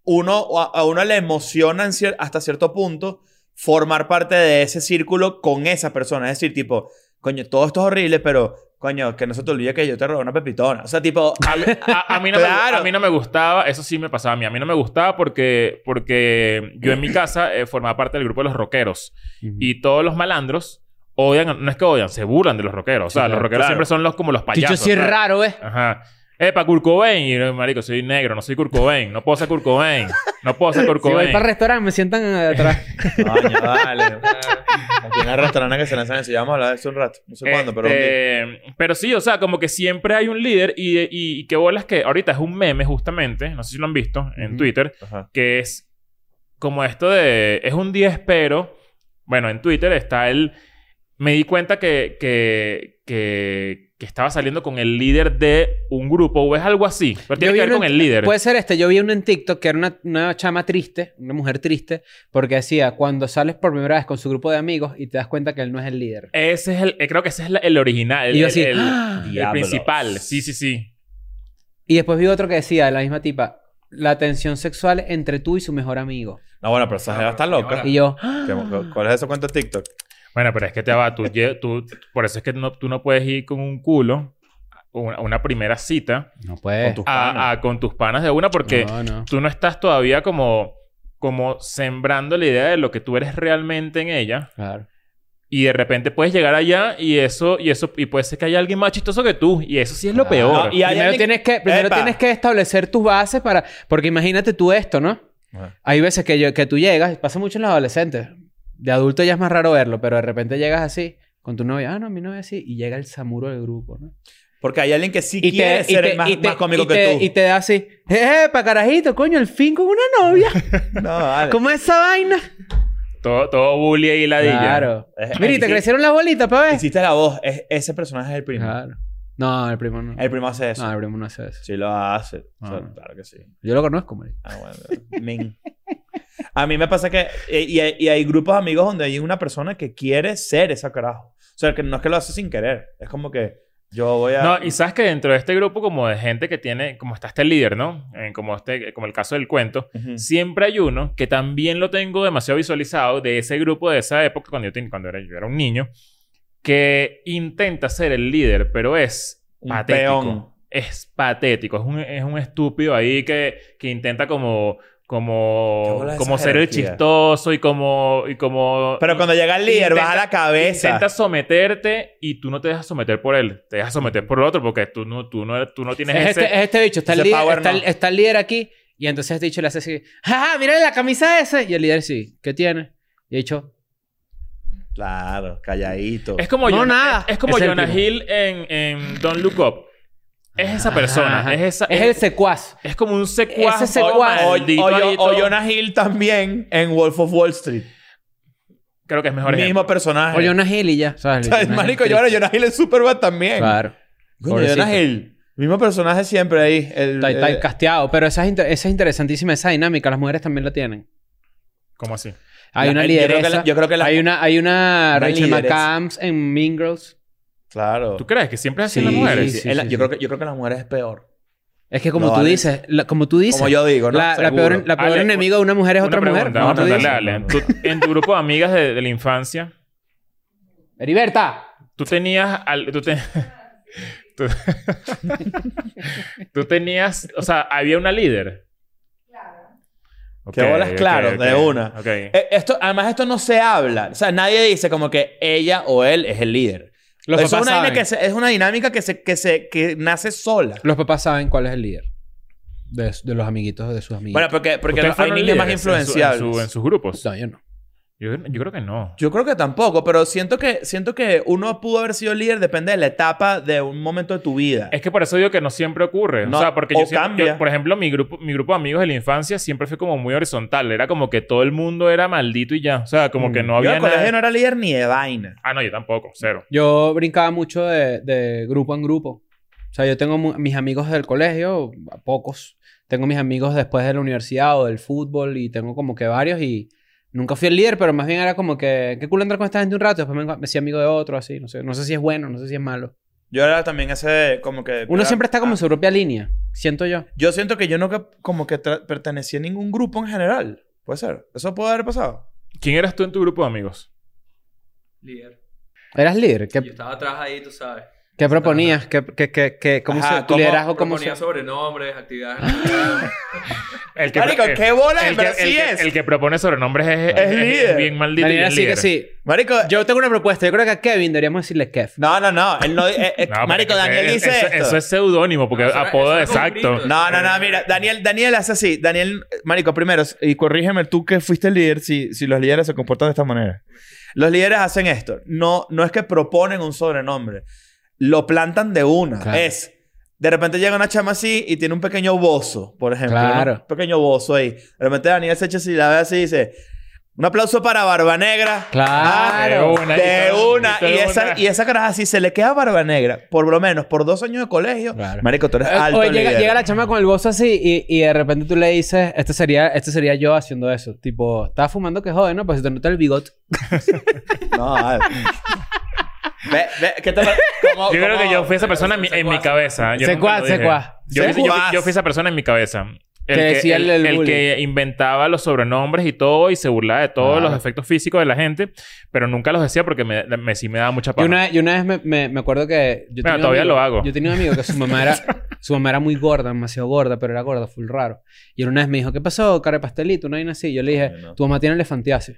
Speaker 2: uno, a, a uno le emociona en cier- hasta cierto punto formar parte de ese círculo con esa persona. Es decir, tipo, coño, todo esto es horrible, pero coño, que no se te olvide que yo te robé una pepitona. O sea, *laughs* tipo,
Speaker 1: A, mí- a- a mí no me,
Speaker 2: Claro.
Speaker 1: a mí no me gustaba, eso sí me pasaba a mí. A mí no me gustaba porque, porque yo en mi casa eh, formaba parte del grupo de los rockeros. Y todos los malandros odian, no es que odian, se burlan de los rockeros. O sea,
Speaker 3: Sí, claro,
Speaker 1: los rockeros
Speaker 2: claro.
Speaker 1: siempre son los como los
Speaker 3: Chicho,
Speaker 1: payasos.
Speaker 3: sí es
Speaker 1: ¿sabes?
Speaker 3: raro, ¿eh?
Speaker 1: Ajá. Epa, Kurt Cobain. Y yo, marico, soy negro, no soy Kurt Cobain. No puedo ser Kurt Cobain. No puedo ser
Speaker 3: *laughs*
Speaker 1: Kurt
Speaker 3: Si voy
Speaker 1: Cobain.
Speaker 3: para el restaurante, me sientan atrás.
Speaker 2: Ah, coño, *laughs* vale. Aquí en el restaurante que se lanzan eso, ya vamos a hablar de eso un rato. No sé cuándo, pero. un día.
Speaker 1: Este, pero sí, o sea, como que siempre hay un líder y, y, y qué bolas que ahorita es un meme justamente, no sé si lo han visto en
Speaker 3: Ujú.
Speaker 1: Twitter,
Speaker 2: Ajá.
Speaker 1: que es como esto de, es un día espero, bueno, en Twitter está el, me di cuenta que, que, que, que estaba saliendo con el líder de un grupo o es algo así, pero tiene
Speaker 3: vi
Speaker 1: que ver
Speaker 3: uno
Speaker 1: con
Speaker 3: en-
Speaker 1: el líder.
Speaker 3: Puede ser este. Yo vi uno en TikTok que era una, una chama triste, una mujer triste, porque decía, cuando sales por primera vez con su grupo de amigos y te das cuenta que él no es el líder.
Speaker 1: Ese es el, eh, creo que ese es la- el original, el,
Speaker 3: y yo
Speaker 1: el-
Speaker 3: así,
Speaker 1: el-
Speaker 3: ¡ah!
Speaker 1: el
Speaker 2: Diablos.
Speaker 1: principal, sí, sí, sí.
Speaker 3: Y después vi otro que decía, la misma tipa, la tensión sexual entre tú y su mejor amigo.
Speaker 2: No, bueno, pero esa jeva está
Speaker 1: Ah.
Speaker 2: loca.
Speaker 3: Y yo, "Ah".
Speaker 2: ¿Qué- ¿Cuál es eso cuenta TikTok?
Speaker 1: Bueno, pero es que te va, tú, lle- tú- por eso es que no- tú no puedes ir con un culo una, una primera cita
Speaker 3: no puede.
Speaker 2: Con tus
Speaker 1: a,
Speaker 3: ah.
Speaker 2: panas.
Speaker 1: a- con tus panas de una porque
Speaker 3: No, no.
Speaker 1: tú no estás todavía como, como sembrando la idea de lo que tú eres realmente en ella
Speaker 3: Claro.
Speaker 1: y de repente puedes llegar allá y eso y eso y puede ser que haya alguien más chistoso que tú y eso sí es lo
Speaker 3: Claro.
Speaker 1: peor.
Speaker 2: No, y hay
Speaker 3: primero
Speaker 2: alguien-
Speaker 3: tienes que, primero
Speaker 2: Epa.
Speaker 3: tienes que establecer tus bases para... Porque imagínate tú esto, ¿no?
Speaker 2: Ajá.
Speaker 3: Hay veces que, yo, que tú llegas, pasa mucho en los adolescentes. De adulto ya es más raro verlo, pero de repente llegas así con tu novia, ah, no, mi novia así, y llega el samuro del grupo, ¿no?
Speaker 2: Porque hay alguien que sí quiere ser el más,
Speaker 3: y te-
Speaker 2: más cómico
Speaker 3: y te-
Speaker 2: que
Speaker 3: y te da así, eh, pa' carajito, coño, el fin con una
Speaker 2: *laughs*
Speaker 3: novia.
Speaker 2: tú. No, vale.
Speaker 3: ¿Cómo es esa vaina?
Speaker 1: Todo, todo bully ahí ladilla.
Speaker 3: Claro.
Speaker 2: Es-
Speaker 3: Mira, y te
Speaker 2: sí.
Speaker 3: crecieron las bolitas, pa' ver.
Speaker 2: Eh, Hiciste la voz. Es- ese personaje es el primo.
Speaker 3: Claro. No, el primo no.
Speaker 2: El primo hace eso.
Speaker 1: Ah.
Speaker 3: No, el primo no hace eso.
Speaker 2: Sí lo hace. O sea,
Speaker 3: Ah.
Speaker 2: Claro que sí.
Speaker 3: Yo lo conozco, marico.
Speaker 2: Ah, bueno. Men. A mí me pasa que... eh, Y, hay- y hay grupos de amigos donde hay una persona que quiere ser esa carajo. O sea, que no es que lo hace sin querer. Es como que yo voy a...
Speaker 1: No, y sabes que dentro de este grupo como de gente que tiene, como está este líder, ¿no? Eh, como, este, como el caso del cuento,
Speaker 2: Ujú.
Speaker 1: siempre hay uno que también lo tengo demasiado visualizado de ese grupo de esa época cuando yo, ten- cuando era, yo era un niño que intenta ser el líder, pero es
Speaker 2: Un
Speaker 1: patético.
Speaker 2: peón.
Speaker 1: Es patético, es un, es un estúpido ahí que, que intenta como
Speaker 2: Qué
Speaker 1: como
Speaker 2: bola esa
Speaker 1: como ser el
Speaker 2: jerarquía.
Speaker 1: chistoso y como y como
Speaker 2: Pero cuando llega el líder,
Speaker 1: Intenta-
Speaker 2: baja la cabeza.
Speaker 1: intenta someterte y tú no te dejas someter por él, te dejas someter por el otro porque tú no tú no tú no tienes
Speaker 3: Es
Speaker 1: ese
Speaker 3: este, es este bicho, está el,
Speaker 2: ese
Speaker 3: líder,
Speaker 2: power
Speaker 3: está, el-
Speaker 2: no.
Speaker 3: está el líder aquí. Y entonces este bicho le hace así, ¡jaja! ¡Mira la camisa esa! Y el líder sí, ¿qué tiene? Y el bicho,
Speaker 2: Claro, calladito.
Speaker 1: Es como,
Speaker 3: No,
Speaker 1: Jonah,
Speaker 3: nada.
Speaker 1: Es, es como
Speaker 3: Es el
Speaker 1: Jonah
Speaker 3: primo.
Speaker 1: Hill en, en Don't Look Up. Es esa persona.
Speaker 3: Ajá, ajá.
Speaker 1: Es, esa,
Speaker 3: es
Speaker 2: eh,
Speaker 3: el secuaz.
Speaker 1: es como un secuaz.
Speaker 3: ese
Speaker 1: todo
Speaker 3: secuaz.
Speaker 2: O,
Speaker 1: maldito
Speaker 2: o-
Speaker 1: ahí,
Speaker 2: o
Speaker 1: todo.
Speaker 2: Jonah Hill también en Wolf of Wall Street.
Speaker 1: Creo que es mejor
Speaker 2: Mismo
Speaker 1: ejemplo.
Speaker 2: personaje.
Speaker 3: O
Speaker 2: *laughs*
Speaker 3: Jonah Hill y ya. ¿sabes?
Speaker 2: O sea,
Speaker 3: Jonah
Speaker 2: marico,
Speaker 3: Hill.
Speaker 2: yo ahora Jonah Hill en Superbad también.
Speaker 3: Claro.
Speaker 2: Coño,
Speaker 3: Pobrecito.
Speaker 2: Jonah Hill. Mismo personaje siempre ahí. El,
Speaker 3: Está, está
Speaker 2: el-
Speaker 3: casteado. Pero esa es, inter- esa es interesantísima, esa dinámica. Las mujeres también la tienen.
Speaker 1: ¿Cómo así?
Speaker 3: Hay
Speaker 2: la-
Speaker 3: una
Speaker 2: el- yo creo que
Speaker 3: lideresa.
Speaker 2: la- yo creo que la-
Speaker 3: hay una, hay una,
Speaker 2: una
Speaker 3: Rachel
Speaker 2: lideresa.
Speaker 3: McAdams en Mean Girls.
Speaker 2: Claro.
Speaker 1: ¿Tú crees que siempre es así
Speaker 3: Sí,
Speaker 1: las
Speaker 2: Sí,
Speaker 1: mujeres?
Speaker 2: sí,
Speaker 3: sí,
Speaker 2: en la-
Speaker 3: sí,
Speaker 2: yo,
Speaker 3: sí.
Speaker 2: Creo que, yo creo que las mujeres es peor.
Speaker 3: Es que como
Speaker 2: No,
Speaker 3: tú
Speaker 2: vale.
Speaker 3: dices, la- como tú dices,
Speaker 2: Como yo digo, ¿no?
Speaker 3: la, la
Speaker 2: Seguro.
Speaker 3: peor, la peor
Speaker 1: Ale,
Speaker 3: enemigo de una mujer es
Speaker 1: Una
Speaker 3: otra
Speaker 1: pregunta.
Speaker 3: mujer. ¿no?
Speaker 1: vamos a
Speaker 3: ¿Tú dices?
Speaker 1: preguntarle a Ale. Tú- en tu grupo de amigas de, de la infancia,
Speaker 3: Heriberta.
Speaker 1: tú tenías... al- tú, te- *laughs* tú- tú tenías... O sea, había una líder. Claro.
Speaker 2: Qué bolas, claro, de una.
Speaker 1: Ok.
Speaker 2: Eh, Esto, además, esto no se habla. O sea, nadie dice como que ella o él es el líder.
Speaker 3: Los
Speaker 2: Eso es,
Speaker 3: papás
Speaker 2: una
Speaker 3: saben.
Speaker 2: dinámica que se- es una dinámica que, se, que, se, que nace sola.
Speaker 3: Los papás saben cuál es el líder. De, de los amiguitos de sus amiguitos.
Speaker 2: Bueno, porque, porque
Speaker 1: ¿Ustedes
Speaker 2: hay
Speaker 1: fueron
Speaker 2: niños más
Speaker 1: líderes en su- en su-
Speaker 2: influenciables.
Speaker 1: En, sus grupos.
Speaker 3: No, yo no.
Speaker 1: Yo, yo creo que no.
Speaker 2: Yo creo que tampoco, pero siento que, siento que uno pudo haber sido líder depende de la etapa de un momento de tu vida.
Speaker 1: Es que por eso digo que no siempre ocurre.
Speaker 2: No,
Speaker 1: o sea, porque
Speaker 2: o
Speaker 1: yo, siempre-
Speaker 2: cambia.
Speaker 1: yo, por ejemplo, mi grupo, mi grupo de amigos de la infancia siempre fue como muy horizontal. Era como que todo el mundo era maldito y ya. O sea, como que no
Speaker 2: Mm. Yo
Speaker 1: había
Speaker 2: en el colegio
Speaker 1: nada.
Speaker 2: no era líder ni de vaina.
Speaker 1: Ah, no, yo tampoco. Cero.
Speaker 3: Yo brincaba mucho de, de grupo en grupo. O sea, yo tengo mu- mis amigos del colegio, a pocos. Tengo mis amigos después de la universidad o del fútbol y tengo como que varios y nunca fui el líder, pero más bien era como que, qué culo andar con esta gente un rato, después me, me hacía amigo de otro, así. No sé, no sé si es bueno, no sé si es malo.
Speaker 2: Yo era también ese como que...
Speaker 3: Uno
Speaker 2: era-
Speaker 3: siempre está como
Speaker 2: ah,
Speaker 3: en su propia línea, siento yo.
Speaker 2: Yo siento que yo nunca como que tra- pertenecí a ningún grupo en general. Puede ser. Eso puede haber pasado.
Speaker 1: ¿Quién eras tú en tu grupo de amigos?
Speaker 4: Líder.
Speaker 3: ¿Eras líder? ¿Qué,
Speaker 4: Yo estaba atrás ahí, tú sabes.
Speaker 3: qué proponías? ¿Qué, qué, qué, qué- cómo
Speaker 2: Ajá,
Speaker 3: se, tu
Speaker 2: ¿cómo
Speaker 3: liderazgo? ¿cómo se-
Speaker 4: Proponía
Speaker 1: *laughs*
Speaker 4: sobrenombres, actividades.
Speaker 1: El
Speaker 2: Marico,
Speaker 1: el-
Speaker 2: qué bola,
Speaker 1: el que-
Speaker 2: pero
Speaker 1: el
Speaker 2: sí
Speaker 1: que-
Speaker 2: es.
Speaker 1: el que propone sobrenombres es,
Speaker 2: Es líder.
Speaker 1: bien maldito. y
Speaker 3: Daniel,
Speaker 1: bien
Speaker 3: así que
Speaker 1: líder.
Speaker 3: sí.
Speaker 2: Marico...
Speaker 3: Yo tengo una propuesta. Yo creo que a Kevin deberíamos decirle Kev.
Speaker 2: No, no, no. Él no eh, eh,
Speaker 1: *laughs* No, pero
Speaker 2: Marico,
Speaker 1: es que
Speaker 2: Daniel
Speaker 1: es-
Speaker 2: dice
Speaker 1: eso,
Speaker 2: esto.
Speaker 1: eso es seudónimo, porque
Speaker 4: No, eso era-
Speaker 1: apodo
Speaker 4: eso era como un
Speaker 1: exacto.
Speaker 4: grito.
Speaker 2: No, no, no, mira, Daniel, Daniel hace así. Daniel, Marico, primero, y corrígeme tú que fuiste el líder, si, si los líderes se comportan de esta manera. Los líderes hacen esto. No, no es que proponen un sobrenombre. Lo plantan de una.
Speaker 3: Claro.
Speaker 2: Es, de repente llega una chama así y tiene un pequeño bozo, por ejemplo.
Speaker 3: Claro.
Speaker 2: ¿no? Un pequeño bozo ahí. De repente Daniel se echa así, la ve así y dice... Un aplauso para Barba Negra. Ah,
Speaker 3: Claro.
Speaker 1: una.
Speaker 2: de
Speaker 1: y todo-
Speaker 2: una.
Speaker 1: todo
Speaker 2: Y esa,
Speaker 1: una.
Speaker 2: y esa caraja, si se le queda barba negra, por lo menos por dos años de colegio,
Speaker 3: Claro.
Speaker 2: Marico, tú eres
Speaker 3: Eh,
Speaker 2: alto.
Speaker 3: o llega,
Speaker 2: líder.
Speaker 3: llega la chama con el bozo así y, y de repente tú le dices, este sería, este sería yo haciendo eso. Tipo, estás fumando que jode, ¿no? Pues se te nota el bigote.
Speaker 2: No, a ver. Ve, ve, ¿qué te parece?
Speaker 4: Oh,
Speaker 1: Yo creo que yo fui esa persona en mi, en mi
Speaker 4: Secuaz.
Speaker 1: cabeza. Yo nunca
Speaker 3: Secuaz,
Speaker 1: lo dije.
Speaker 3: secuaz.
Speaker 1: Yo, fui- yo,
Speaker 2: Secuaz.
Speaker 1: yo fui esa persona en mi cabeza. El
Speaker 3: Que
Speaker 1: que,
Speaker 3: decía
Speaker 1: el,
Speaker 3: el- el
Speaker 1: el
Speaker 3: bullying.
Speaker 1: que inventaba los sobrenombres y todo y se burlaba de todos
Speaker 3: Claro.
Speaker 1: los efectos físicos de la gente, pero nunca los decía porque me, me- sí me daba mucha
Speaker 3: Y
Speaker 1: paja.
Speaker 3: una, y una vez me, me- me acuerdo que... Yo
Speaker 1: Bueno,
Speaker 3: tenía un
Speaker 1: todavía
Speaker 3: amigo-
Speaker 1: lo hago.
Speaker 3: Yo tenía un amigo que su
Speaker 1: *laughs*
Speaker 3: mamá era... su mamá era muy gorda, demasiado gorda, pero era gorda, full raro. Y él una vez me dijo, ¿qué pasó, cara de pastelito? Una vaina así. Yo le dije,
Speaker 2: Ay, no.
Speaker 3: tu mamá tiene elefantiasis.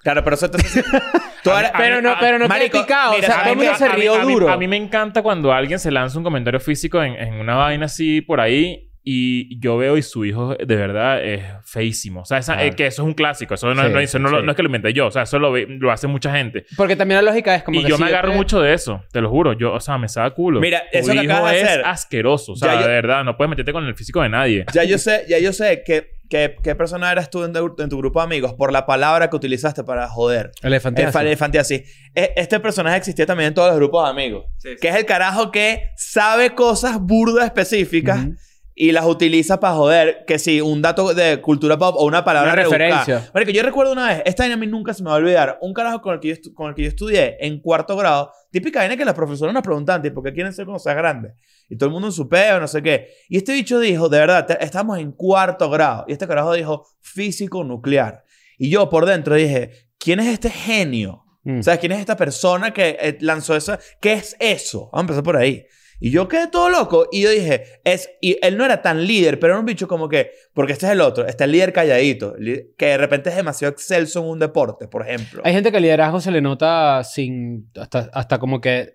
Speaker 2: Claro, pero eso te. tú eres-
Speaker 1: A mí-
Speaker 3: Pero no,
Speaker 1: a-
Speaker 3: pero no
Speaker 2: marico,
Speaker 3: criticado. O
Speaker 2: mira,
Speaker 3: sea,
Speaker 2: a
Speaker 3: todo el
Speaker 2: mí-
Speaker 3: mundo se
Speaker 1: a mí-
Speaker 3: rió
Speaker 1: a mí-
Speaker 3: duro.
Speaker 1: A mí me encanta cuando alguien se lanza un comentario físico en, en una vaina así por ahí. Y yo veo y su hijo de verdad es feísimo. O sea, esa-
Speaker 2: Claro.
Speaker 1: eh, que eso es un clásico. Eso no,
Speaker 3: Sí,
Speaker 1: no- eso no lo-
Speaker 2: sí.
Speaker 1: no es que lo inventé yo. O sea, eso lo, ve- lo hace mucha gente.
Speaker 3: Porque también la lógica es como
Speaker 1: y
Speaker 3: que
Speaker 1: yo
Speaker 3: si
Speaker 1: me agarro
Speaker 3: te-
Speaker 1: mucho de eso. Te lo juro. Yo, o sea, me saca culo.
Speaker 2: Mira,
Speaker 1: Tu
Speaker 2: eso que
Speaker 1: hijo
Speaker 2: acabas de
Speaker 1: es
Speaker 2: hacer.
Speaker 1: asqueroso. O sea,
Speaker 2: Ya yo-
Speaker 1: de verdad. No puedes meterte con el físico de nadie.
Speaker 2: Ya yo sé, ya yo sé qué, qué, qué persona eras tú en, tu- en tu grupo de amigos por la palabra que utilizaste para joder.
Speaker 3: Elefantiasis.
Speaker 2: El fantasy. Este personaje existía también en todos los grupos de amigos.
Speaker 4: Sí, sí.
Speaker 2: Que es el carajo que sabe cosas burdas específicas
Speaker 3: Ujú.
Speaker 2: y las utiliza para joder. Que si un dato de cultura pop o una palabra
Speaker 3: Una
Speaker 2: rebuscada.
Speaker 3: referencia.
Speaker 2: Marico, yo recuerdo una vez, esta vaina a mí nunca se me va a olvidar. Un carajo con el que yo, estu- con el que yo estudié en cuarto grado, típica vaina que las profesoras nos preguntan, tipo, ¿qué quieren ser cuando seas grande? Y todo el mundo en su peo, no sé qué. Y este bicho dijo, de verdad, te- estamos en cuarto grado. Y este carajo dijo, físico nuclear. Y yo por dentro dije, ¿quién es este genio?
Speaker 3: Mm.
Speaker 2: ¿Sabes quién es esta persona que eh, lanzó esa? ¿Qué es eso? Vamos a empezar por ahí. Y yo quedé todo loco y yo dije, es, y él no era tan líder, pero era un bicho como que, porque este es el otro, está el líder calladito, li- que de repente es demasiado excelso en un deporte, por ejemplo.
Speaker 3: Hay gente que el liderazgo se le nota sin. Hasta, hasta como que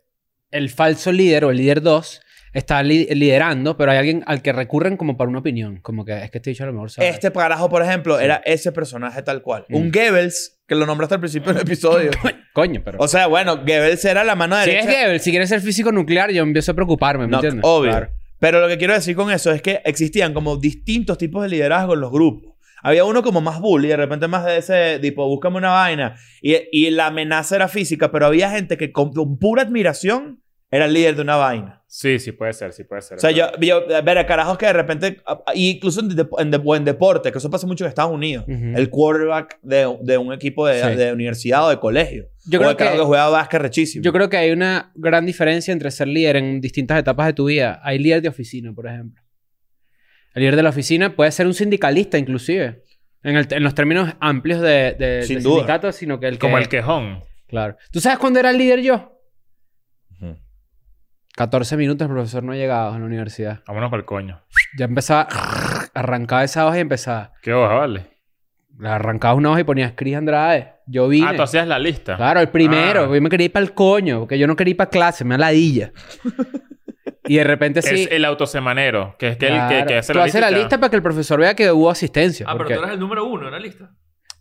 Speaker 3: el falso líder o el líder 2 está li- liderando, pero hay alguien al que recurren como para una opinión. Como que es que este dicho a lo mejor sabe. Mm.
Speaker 2: Este carajo, por ejemplo, era ese personaje tal cual. Un Goebbels, que lo nombraste al principio del
Speaker 3: *laughs*
Speaker 2: episodio.
Speaker 3: Coño, pero.
Speaker 2: o sea, bueno, Goebbels era la mano
Speaker 3: si es
Speaker 2: derecha.
Speaker 3: Goebbels, si quieres ser físico nuclear, yo empiezo a preocuparme, ¿me
Speaker 2: No,
Speaker 3: entiendes?
Speaker 2: obvio.
Speaker 3: Claro.
Speaker 2: Pero lo que quiero decir con eso es que existían como distintos tipos de liderazgo en los grupos. Había uno como más bully, de repente más de ese tipo, búscame una vaina. Y, y la amenaza era física, pero había gente que con, con pura admiración era el líder de una vaina.
Speaker 1: Sí, sí puede ser. Sí puede ser.
Speaker 2: O sea, yo, yo ver, carajos que de repente, a- a- incluso en, dep- en dep- o en deporte, que eso pasa mucho en Estados Unidos,
Speaker 3: Ujú.
Speaker 2: el quarterback de, de un equipo de,
Speaker 3: Sí.
Speaker 2: de universidad o de colegio.
Speaker 3: Yo
Speaker 2: o
Speaker 3: creo
Speaker 2: el carajo
Speaker 3: que-
Speaker 2: que, juega básquet rechísimo.
Speaker 3: Yo creo que hay una gran diferencia entre ser líder en distintas etapas de tu vida. Hay líder de oficina, por ejemplo. El líder de la oficina puede ser un sindicalista, inclusive. En, el- en los términos amplios de, de,
Speaker 2: Sin
Speaker 3: de
Speaker 2: duda.
Speaker 3: sindicato, sino que el que...
Speaker 1: Como el quejón.
Speaker 3: Claro. ¿Tú sabes cuándo era el líder yo?
Speaker 2: Ujú.
Speaker 3: 14 minutos el profesor no llegaba a la universidad.
Speaker 1: Vámonos para el coño.
Speaker 3: Ya empezaba... *laughs* Arrancaba esa hoja y empezaba...
Speaker 1: Qué hoja, vale.
Speaker 3: La arrancaba una hoja y ponías Cris Andrade. Yo vine.
Speaker 1: Ah, tú hacías la lista.
Speaker 3: Claro, el primero.
Speaker 1: Ah.
Speaker 3: Yo me quería ir para el coño, porque yo no quería ir para clase, me da ladilla.
Speaker 1: *laughs*
Speaker 3: y de repente sí.
Speaker 1: Es el autosemanero. Que es que el
Speaker 3: claro,
Speaker 1: que, que hace
Speaker 3: tú
Speaker 1: la
Speaker 3: haces
Speaker 1: lista.
Speaker 3: la
Speaker 1: y te da-
Speaker 3: lista para que el profesor vea que hubo asistencia.
Speaker 4: Ah, pero
Speaker 3: porque-
Speaker 4: tú eres el número uno en la lista.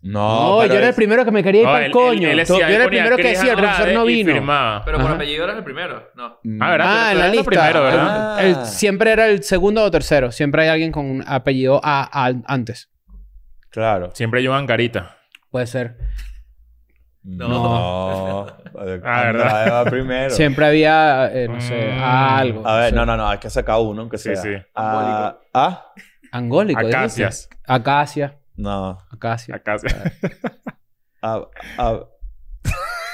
Speaker 2: No,
Speaker 3: No,
Speaker 2: pero
Speaker 3: yo era
Speaker 2: es-
Speaker 3: el primero que me quería ir
Speaker 1: No,
Speaker 3: para el
Speaker 1: él-
Speaker 3: coño.
Speaker 1: él- él
Speaker 3: yo
Speaker 1: decía,
Speaker 3: era
Speaker 1: él
Speaker 3: el
Speaker 1: ponía
Speaker 3: primero que
Speaker 1: Cris
Speaker 3: decía, el profesor
Speaker 1: Andrade
Speaker 3: no
Speaker 1: y
Speaker 3: vino.
Speaker 1: firmaba.
Speaker 4: Pero por
Speaker 3: Ajá.
Speaker 4: apellido eres el primero. No.
Speaker 1: Ah, ¿verdad?
Speaker 3: Ah,
Speaker 1: Tú-
Speaker 3: en
Speaker 1: tú eres
Speaker 3: la
Speaker 1: lo
Speaker 3: lista.
Speaker 1: primero, ¿verdad?
Speaker 2: Ah.
Speaker 3: El- siempre era el segundo o tercero. Siempre hay alguien con un apellido a, a- antes.
Speaker 2: Mm, Claro.
Speaker 1: Siempre llevan garita.
Speaker 3: Puede ser.
Speaker 4: No.
Speaker 1: Ah, ¿verdad?
Speaker 2: Andrade va primero.
Speaker 3: Siempre había, eh, no sé,
Speaker 1: Mm.
Speaker 3: a algo.
Speaker 2: A ver,
Speaker 3: sé.
Speaker 2: no, no, no, hay que sacar uno, aunque
Speaker 1: Sí,
Speaker 2: sea.
Speaker 1: sí.
Speaker 2: Ah, ¿Ah?
Speaker 3: Angólico. dijiste.
Speaker 1: Acacias.
Speaker 3: Acacia.
Speaker 2: No.
Speaker 3: Acacia.
Speaker 1: Acacias.
Speaker 2: Ah, ah,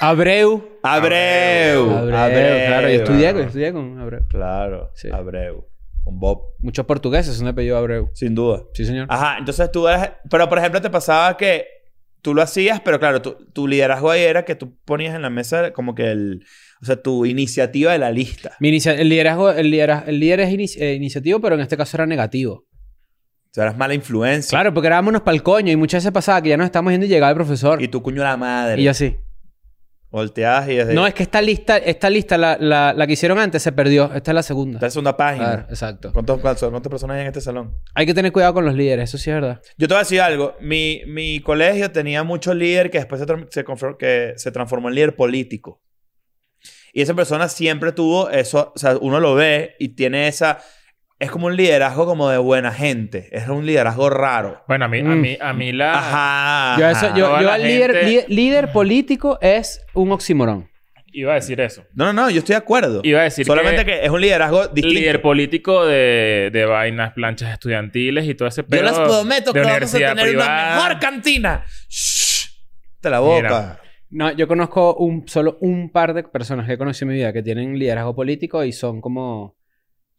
Speaker 3: Abreu.
Speaker 2: Abreu.
Speaker 3: Abreu, claro. Yo estudié, yo estudié con Abreu.
Speaker 2: Claro,
Speaker 3: Sí.
Speaker 2: Abreu. Con Bob,
Speaker 3: Muchos portugueses son de apellido Abreu.
Speaker 2: sin duda.
Speaker 3: Sí, señor.
Speaker 2: Ajá, entonces tú eras... Pero, por ejemplo, te pasaba que tú lo hacías, pero claro, tu, tu liderazgo ahí era que tú ponías en la mesa como que el... O sea, tu iniciativa de la lista.
Speaker 3: Mi inicia- el, liderazgo, el, lidera- el líder es inici- eh, iniciativo, pero en este caso era negativo.
Speaker 2: O sea, eras mala influencia.
Speaker 3: Claro, porque era vámonos pa'l coño y muchas veces pasaba que ya nos estamos yendo y llegaba el profesor.
Speaker 2: Y
Speaker 3: Y,
Speaker 2: tu cuño la madre.
Speaker 3: yo así.
Speaker 2: Volteabas y desde...
Speaker 3: No, es que esta lista, esta lista la, la- la que hicieron antes se perdió. Esta es la segunda.
Speaker 2: Está en segunda página.
Speaker 3: Claro, exacto.
Speaker 2: ¿Cuántos, cuántos, ¿Cuántas personas hay en este salón?
Speaker 3: Hay que tener cuidado con los líderes, eso sí es verdad.
Speaker 2: Yo te voy a decir algo. Mi, mi colegio tenía mucho líder que después se, tra- se confor- que se transformó en líder político. Y esa persona siempre tuvo eso. O sea, uno lo ve y tiene esa... Es como un liderazgo como de buena gente. Es un liderazgo raro.
Speaker 1: Bueno, a mí,
Speaker 3: Mm.
Speaker 1: a mí, a mí la. Ah.
Speaker 2: Ajá.
Speaker 3: Yo, eso- yo-
Speaker 1: Toda
Speaker 3: yo
Speaker 1: la
Speaker 3: al líder,
Speaker 1: gente-
Speaker 3: líder- líder político es un oxímoron.
Speaker 1: Iba a decir eso.
Speaker 2: No, no, no. Yo estoy de acuerdo.
Speaker 1: Iba a decir
Speaker 2: Solamente que, es un liderazgo distinto.
Speaker 1: Líder político de, de vainas, planchas estudiantiles y todo ese
Speaker 2: yo
Speaker 1: pedo.
Speaker 2: las prometo
Speaker 1: de
Speaker 2: que vamos a
Speaker 1: universidad
Speaker 2: tener
Speaker 1: privada.
Speaker 2: una mejor cantina. Shh. Te la boca.
Speaker 1: Mira.
Speaker 3: No, yo conozco un, solo un par de personas que he conocido en mi vida que tienen liderazgo político y son como...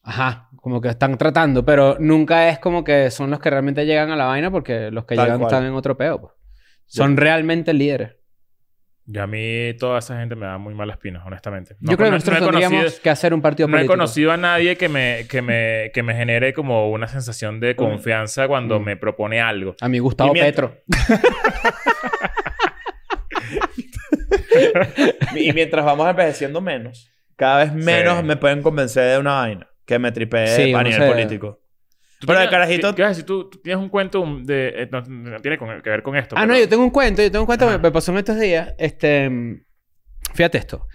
Speaker 3: Ajá, como que están tratando, pero nunca es como que son los que realmente llegan a la vaina porque los que
Speaker 2: Tal
Speaker 3: llegan
Speaker 2: cual.
Speaker 3: están en otro peo. pues. Son realmente líderes.
Speaker 1: Yo a mí toda esa gente me da muy malas pinas, honestamente. No-
Speaker 3: Yo creo que
Speaker 1: no-
Speaker 3: nosotros
Speaker 1: no he
Speaker 3: tendríamos
Speaker 1: conocido-
Speaker 3: que hacer un partido
Speaker 1: No he
Speaker 3: político.
Speaker 1: conocido a nadie que me, que, me, que me genere como una sensación de confianza cuando
Speaker 3: Mm.
Speaker 1: me propone algo.
Speaker 3: A mi Gustavo
Speaker 2: Y mientras-
Speaker 3: Petro.
Speaker 2: Y mientras vamos envejeciendo menos, cada vez menos
Speaker 1: Sí.
Speaker 2: me pueden convencer de una vaina que me tripee
Speaker 3: Sí,
Speaker 2: a
Speaker 3: uno
Speaker 2: nivel
Speaker 3: se-
Speaker 2: político.
Speaker 1: Tú
Speaker 2: Pero el
Speaker 1: tenías-
Speaker 2: carajito-
Speaker 1: ¿qué- ¿Qué vas a decir? Tú tú tienes un cuento de... eh, no, no tiene con- que ver con esto.
Speaker 3: Ah,
Speaker 1: pero-
Speaker 3: no, yo tengo un cuento, yo tengo un cuento que
Speaker 1: Ajá.
Speaker 3: me pasó en estos días. Este, mm, fíjate esto.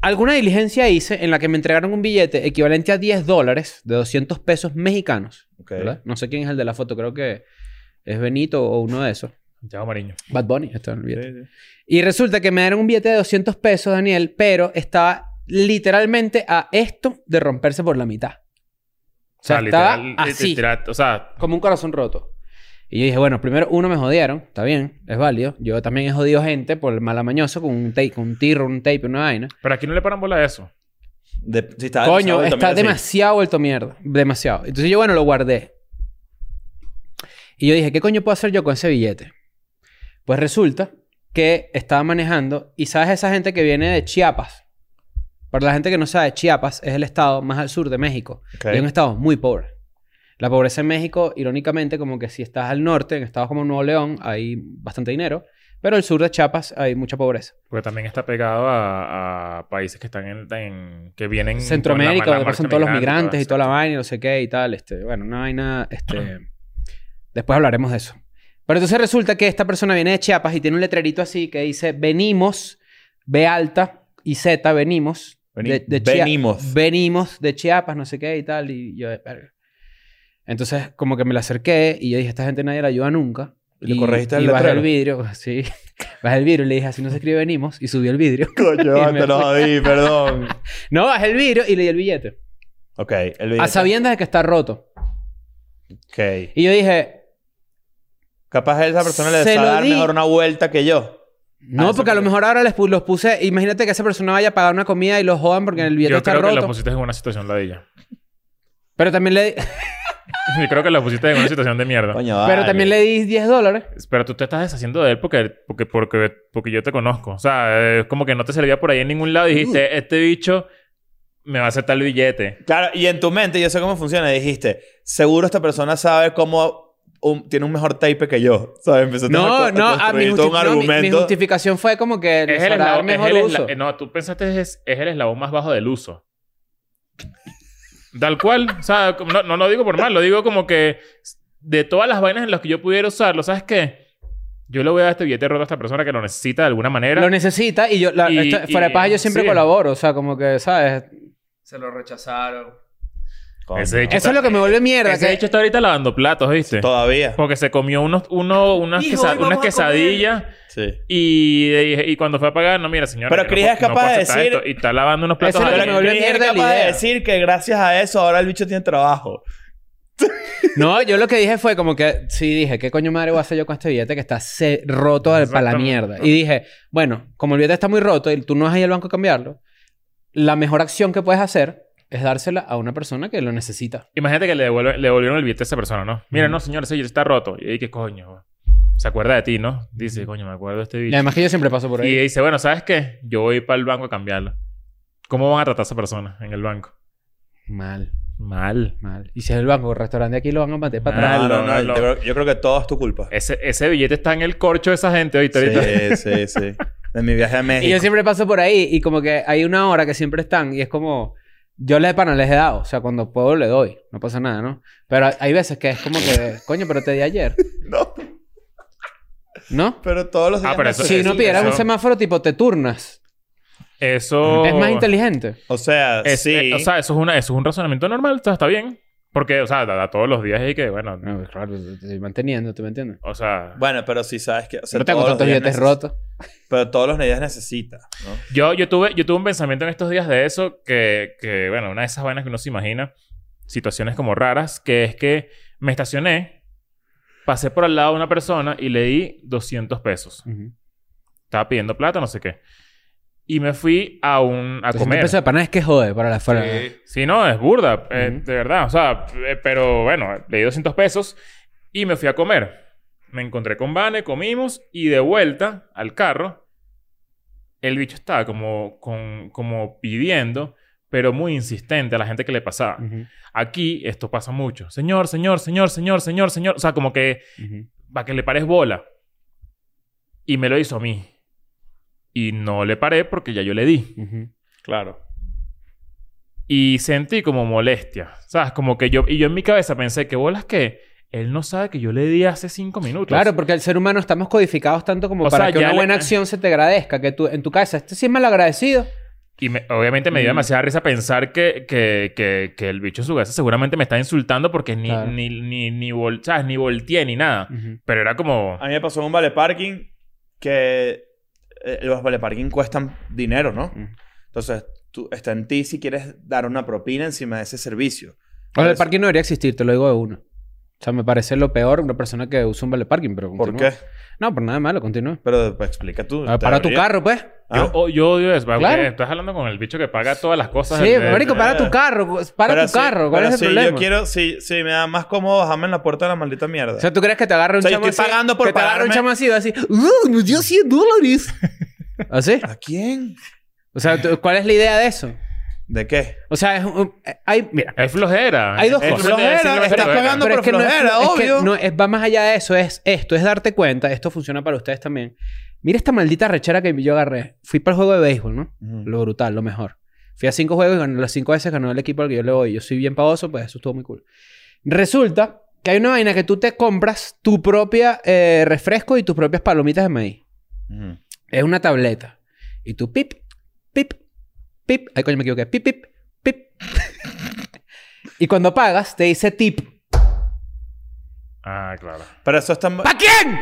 Speaker 3: Alguna diligencia hice en la que me entregaron un billete equivalente a 10 dólares de 200 pesos mexicanos.
Speaker 2: Ok.
Speaker 3: ¿verdad? No sé quién es el de la foto, creo que es Benito o uno de esos.
Speaker 1: Santiago Mariño.
Speaker 3: Bad Bunny está en el
Speaker 2: Sí,
Speaker 3: billete.
Speaker 2: sí.
Speaker 3: Y resulta que me dieron un billete de 200 pesos, Daniel, pero estaba literalmente a esto de romperse por la mitad. O sea, estaba así,
Speaker 1: literal, o sea,
Speaker 3: como un corazón roto. Y yo dije, bueno, primero, uno, me jodieron. Está bien, es válido. Yo también he jodido gente por el malamañoso con un tape, con un tiro, un tape, una vaina.
Speaker 1: pero aquí no le paran bola a eso.
Speaker 2: De- sí, está
Speaker 3: Coño,
Speaker 2: demasiado-
Speaker 3: está
Speaker 2: también así.
Speaker 3: demasiado vuelto mierda. Demasiado. Entonces yo, bueno, lo guardé. Y yo dije, ¿qué coño puedo hacer yo con ese billete? Pues resulta que estaba manejando y sabes esa gente que viene de Chiapas. Para la gente que no sabe, Chiapas es el estado más al sur de México.
Speaker 2: Ok.
Speaker 3: Y es un estado muy pobre. La pobreza en México, irónicamente, como que si estás al norte, en estados como Nuevo León, hay bastante dinero. Pero al sur de Chiapas hay mucha pobreza.
Speaker 1: Porque también está pegado a, a países que están en, en- que vienen con pues la-
Speaker 3: Centroamérica,
Speaker 1: la
Speaker 3: donde
Speaker 1: marcha
Speaker 3: pasan todos los
Speaker 1: migrante,
Speaker 3: migrantes y toda la
Speaker 1: exacto.
Speaker 3: vaina y no sé qué y tal. Este, bueno, no hay nada. Este, después hablaremos de eso. Pero entonces resulta que esta persona viene de Chiapas y tiene un letrerito así que dice: Venimos, B alta y Z, venimos.
Speaker 2: Veni-
Speaker 3: de, de Chia-
Speaker 2: venimos.
Speaker 3: Venimos de Chiapas, no sé qué y tal. Y yo, verga. Entonces, como que me la acerqué y yo dije: Esta gente nadie la ayuda nunca.
Speaker 2: ¿Y le corregiste el
Speaker 3: y bajé el
Speaker 2: letrero?
Speaker 3: vidrio, *laughs* sí. Bajé el vidrio y le dije: Así no se escribe venimos. Y subí el vidrio.
Speaker 2: *laughs*
Speaker 3: *laughs*
Speaker 2: Coño,
Speaker 3: Y me
Speaker 2: te lo
Speaker 3: fui. *laughs*
Speaker 2: jodí, perdón.
Speaker 3: No, bajé el vidrio y le di el billete.
Speaker 2: Ok, el video.
Speaker 3: A sabiendas de que está roto.
Speaker 2: Ok.
Speaker 3: Y yo dije,
Speaker 2: Capaz esa persona le
Speaker 3: Se
Speaker 2: sabe
Speaker 3: lo
Speaker 2: dar
Speaker 3: di.
Speaker 2: mejor una vuelta que yo.
Speaker 3: no,
Speaker 2: Ah, eso
Speaker 3: porque a lo
Speaker 2: creo.
Speaker 3: mejor ahora les pu- los puse. Imagínate que esa persona vaya a pagar una comida y los jodan porque el billete
Speaker 1: Yo
Speaker 3: está
Speaker 1: creo que
Speaker 3: roto.
Speaker 1: los pusiste en una situación ladilla.
Speaker 3: Pero también le,
Speaker 1: *laughs* Yo creo que los pusiste en una situación de mierda.
Speaker 2: Coño,
Speaker 3: pero
Speaker 2: vale.
Speaker 3: también le di 10 dólares.
Speaker 1: Pero tú te estás deshaciendo de él porque, porque, porque, porque yo te conozco. O sea, es como que no te servía por ahí en ningún lado. Dijiste, este bicho me va a aceptar el billete.
Speaker 2: Claro, y en tu mente, yo sé cómo funciona, dijiste, seguro esta persona sabe cómo un- tiene un mejor tape que yo. ¿Sabes? Empezaste
Speaker 3: No,
Speaker 2: a, co-
Speaker 3: no,
Speaker 2: a
Speaker 3: a mi,
Speaker 2: construir todo un
Speaker 3: justi- no, mi- mi
Speaker 2: argumento.
Speaker 3: justificación fue como que les
Speaker 1: Es el
Speaker 3: hará
Speaker 1: eslabón, es
Speaker 3: mejor
Speaker 1: el esla-
Speaker 3: uso.
Speaker 1: eh, No, tú pensaste es, es el eslabón más bajo del uso. Tal cual. O sea, como- no, no lo digo por mal. Lo digo como que de todas las vainas en las que yo pudiera usarlo, ¿sabes qué? Yo le voy a dar este billete roto a esta persona que lo necesita de alguna manera.
Speaker 3: Lo necesita y yo, la-
Speaker 1: Y-
Speaker 3: esto- fuera de
Speaker 1: y-
Speaker 3: paz, yo siempre
Speaker 1: sí.
Speaker 3: colaboro. O sea, como que, ¿sabes?
Speaker 4: Se lo rechazaron.
Speaker 2: Coño,
Speaker 1: Ese hecho-
Speaker 3: Eso es lo que me vuelve mierda.
Speaker 1: Ese
Speaker 3: que-
Speaker 1: bicho está ahorita lavando platos, ¿viste?
Speaker 2: Todavía.
Speaker 1: Porque se comió unos, uno, unas,
Speaker 4: Hijo,
Speaker 1: quesa-
Speaker 4: hoy vamos
Speaker 1: unas
Speaker 4: a comer.
Speaker 1: quesadillas
Speaker 2: Sí.
Speaker 1: y, y- y cuando fue a pagar, no, mira, señora.
Speaker 2: Pero
Speaker 1: yo
Speaker 2: Chris
Speaker 1: no,
Speaker 2: es
Speaker 1: puedo- no
Speaker 2: capaz
Speaker 1: puedo
Speaker 2: de
Speaker 1: aceptar
Speaker 2: decir-
Speaker 1: esto. Y está lavando unos platos
Speaker 3: Eso es lo
Speaker 1: a
Speaker 3: que
Speaker 2: Pero
Speaker 1: alguien.
Speaker 3: me volvió
Speaker 2: Chris es
Speaker 3: mierda la
Speaker 2: capaz de
Speaker 3: idea.
Speaker 2: decir que gracias a eso ahora el bicho tiene trabajo.
Speaker 3: No, yo lo que dije fue como que, sí, dije, ¿qué coño madre voy a hacer yo con este billete que está se- roto para la
Speaker 1: Exactamente.
Speaker 3: mierda? Y dije, bueno, como el billete está muy roto y tú no vas a ir al banco a cambiarlo, la mejor acción que puedes hacer es dársela a una persona que lo necesita.
Speaker 1: Imagínate que le, devuelve- le devolvieron el billete a esa persona, ¿no? Mira, no, señor, ese billete está roto. Y ahí, ¿qué coño? Se acuerda de ti, ¿no? Dice, coño, me acuerdo de este
Speaker 3: Y
Speaker 1: bicho.
Speaker 3: además que yo siempre paso por
Speaker 1: Y
Speaker 3: ahí.
Speaker 1: dice, bueno, ¿sabes qué? Yo voy para el banco a cambiarlo. ¿Cómo van a tratar a esa persona en el banco?
Speaker 3: Mal,
Speaker 1: Mal.
Speaker 3: mal. Y si es el banco o el restaurante aquí, lo van a meter para
Speaker 1: Mal.
Speaker 3: atrás.
Speaker 2: No, no, no.
Speaker 1: no, Eh, no.
Speaker 2: Yo, creo, yo creo que todo es tu culpa.
Speaker 1: Ese, ese billete está en el corcho de esa gente ahorita. ahorita.
Speaker 2: Sí, *laughs* sí, sí. De mi viaje a México.
Speaker 3: Y yo siempre paso por ahí y como que hay una hora que siempre están y es como... Yo les, pana, les he dado. O sea, cuando puedo le doy. No pasa nada, ¿no? Pero hay- hay veces que es como que... Coño, pero te di ayer.
Speaker 2: *laughs* No,
Speaker 3: ¿No?
Speaker 2: pero todos los
Speaker 1: Ah,
Speaker 2: días.
Speaker 1: pero
Speaker 2: me
Speaker 1: eso-
Speaker 2: sucede.
Speaker 3: Si no
Speaker 1: sí,
Speaker 3: pidieras
Speaker 1: eso-
Speaker 3: un semáforo, tipo, te turnas.
Speaker 1: Eso...
Speaker 3: Es más inteligente.
Speaker 2: O sea,
Speaker 1: Es-
Speaker 2: sí.
Speaker 1: eh, o sea, eso es, una, eso es un razonamiento normal, está, está bien. Porque, o sea, da, da todos los días y que, bueno,
Speaker 3: No, pues, claro, te estoy manteniendo, ¿tú me entiendes?
Speaker 1: o sea,
Speaker 2: bueno, pero sí sabes que. O sea,
Speaker 3: no tengo
Speaker 2: todos los
Speaker 3: tantos
Speaker 2: días
Speaker 3: billetes
Speaker 2: neces-
Speaker 3: rotos.
Speaker 2: Pero todos los días necesita, ¿no?
Speaker 1: yo, yo, tuve, yo tuve un pensamiento en estos días de eso que, que, bueno, una de esas vainas que uno se imagina, situaciones como raras, que es que me estacioné, pasé por al lado de una persona y le di 200 pesos. Estaba pidiendo plata, no sé qué. Y me fui a un... a
Speaker 3: Entonces, un
Speaker 1: comer.
Speaker 3: peso de pana es que jode para la fuera.
Speaker 4: Sí.
Speaker 1: Sí, no, es burda, eh,
Speaker 3: Ujú.
Speaker 1: de verdad. O sea, eh, pero bueno, le di 200 pesos y me fui a comer. Me encontré con Vane, comimos y de vuelta al carro, el bicho estaba como, con- como pidiendo, pero muy insistente a la gente que le pasaba.
Speaker 3: Ujú,
Speaker 1: Aquí esto pasa mucho. Señor, señor, señor, señor, señor, señor. O sea, como que
Speaker 3: ujú.
Speaker 1: para que le pares bola. Y me lo hizo a mí. Y no le paré porque ya yo le di.
Speaker 3: Ujú.
Speaker 2: Claro.
Speaker 1: Y sentí como molestia. ¿Sabes? Como que yo... Y yo en mi cabeza pensé, ¿qué bolas que él no sabe que yo le di hace cinco minutos?
Speaker 3: Claro, porque el ser humano estamos codificados tanto como
Speaker 1: Pues O
Speaker 3: para
Speaker 1: sea,
Speaker 3: que
Speaker 1: ya
Speaker 3: una
Speaker 1: le-
Speaker 3: buena acción se te agradezca. Que tú, en tu casa, este sí es malagradecido.
Speaker 1: Y me- obviamente me dio
Speaker 3: Mm.
Speaker 1: demasiada risa pensar que, que, que, que el bicho en su casa seguramente me está insultando porque ni,
Speaker 3: Claro.
Speaker 1: ni, ni, ni, vol- ¿sabes? ni volteé ni nada. Pero era como...
Speaker 2: A mí me pasó en un vale parking que eh, los vale parking cuestan dinero, ¿no?
Speaker 3: Mm.
Speaker 2: Entonces, tú, está en ti si quieres dar una propina encima de ese servicio.
Speaker 3: O sea, el
Speaker 2: Parece-
Speaker 3: parking no debería existir, te lo digo de uno. O sea, me parece lo peor una persona que usa un vale parking, pero
Speaker 2: ¿Por
Speaker 3: continúa.
Speaker 2: qué?
Speaker 3: No, por nada malo, continúa.
Speaker 2: Pero pues, explica tú.
Speaker 3: Ah, Para tu
Speaker 2: debería-
Speaker 3: carro, pues.
Speaker 2: Ah,
Speaker 1: Yo, o- yo odio eso. porque
Speaker 3: Claro.
Speaker 1: Estás hablando con el bicho que paga todas las cosas.
Speaker 3: Sí, pues,
Speaker 1: del- del-
Speaker 3: marico, para tu carro. pues, Para
Speaker 2: pero
Speaker 3: tu
Speaker 2: si-
Speaker 3: carro. ¿Cuál
Speaker 2: pero
Speaker 3: es el
Speaker 2: si
Speaker 3: problema?
Speaker 2: Yo quiero, si, si me da más cómodo bajarme en la puerta de la maldita mierda.
Speaker 3: O sea, ¿tú crees que te agarre un
Speaker 2: O sea, yo
Speaker 3: chamo
Speaker 2: estoy
Speaker 3: así-
Speaker 2: pagando por
Speaker 3: que te agarre un
Speaker 2: pararme.
Speaker 3: chamo así y va así, ¡Uh, nos dio
Speaker 2: *laughs*
Speaker 3: 100 dólares! ¿Así?
Speaker 2: ¿A quién?
Speaker 3: O sea, ¿tú- ¿cuál es la idea de eso?
Speaker 2: ¿De qué?
Speaker 3: O sea, es un- eh, hay... Mira,
Speaker 1: Es flojera.
Speaker 3: Hay dos
Speaker 1: Es
Speaker 3: cosas.
Speaker 1: simplemente-
Speaker 2: Flojera,
Speaker 1: simplemente
Speaker 2: estás
Speaker 1: flojera.
Speaker 2: pagando- por
Speaker 3: no es-
Speaker 2: flojera,
Speaker 3: es
Speaker 2: obvio.
Speaker 3: no, es- va más allá de eso. Es esto. Es darte cuenta. Esto funciona para ustedes también. Mira esta maldita rechera que yo agarré. Fui para el juego de béisbol, ¿no? Lo brutal, lo mejor. Fui a cinco juegos y ganó las cinco veces ganó el equipo al que yo le voy. Yo soy bien pavoso, pues eso estuvo muy cool. Resulta que hay una vaina que tú te compras tu propia eh, refresco y tus propias palomitas de maíz.
Speaker 2: Ujú.
Speaker 3: Es una tableta. Y tú pip, pip, pip. Ay, coño, me equivoqué. Pip, pip, pip. *laughs* y cuando pagas, te dice tip.
Speaker 1: Ah, claro.
Speaker 2: Pero eso está...
Speaker 3: ¿Para quién?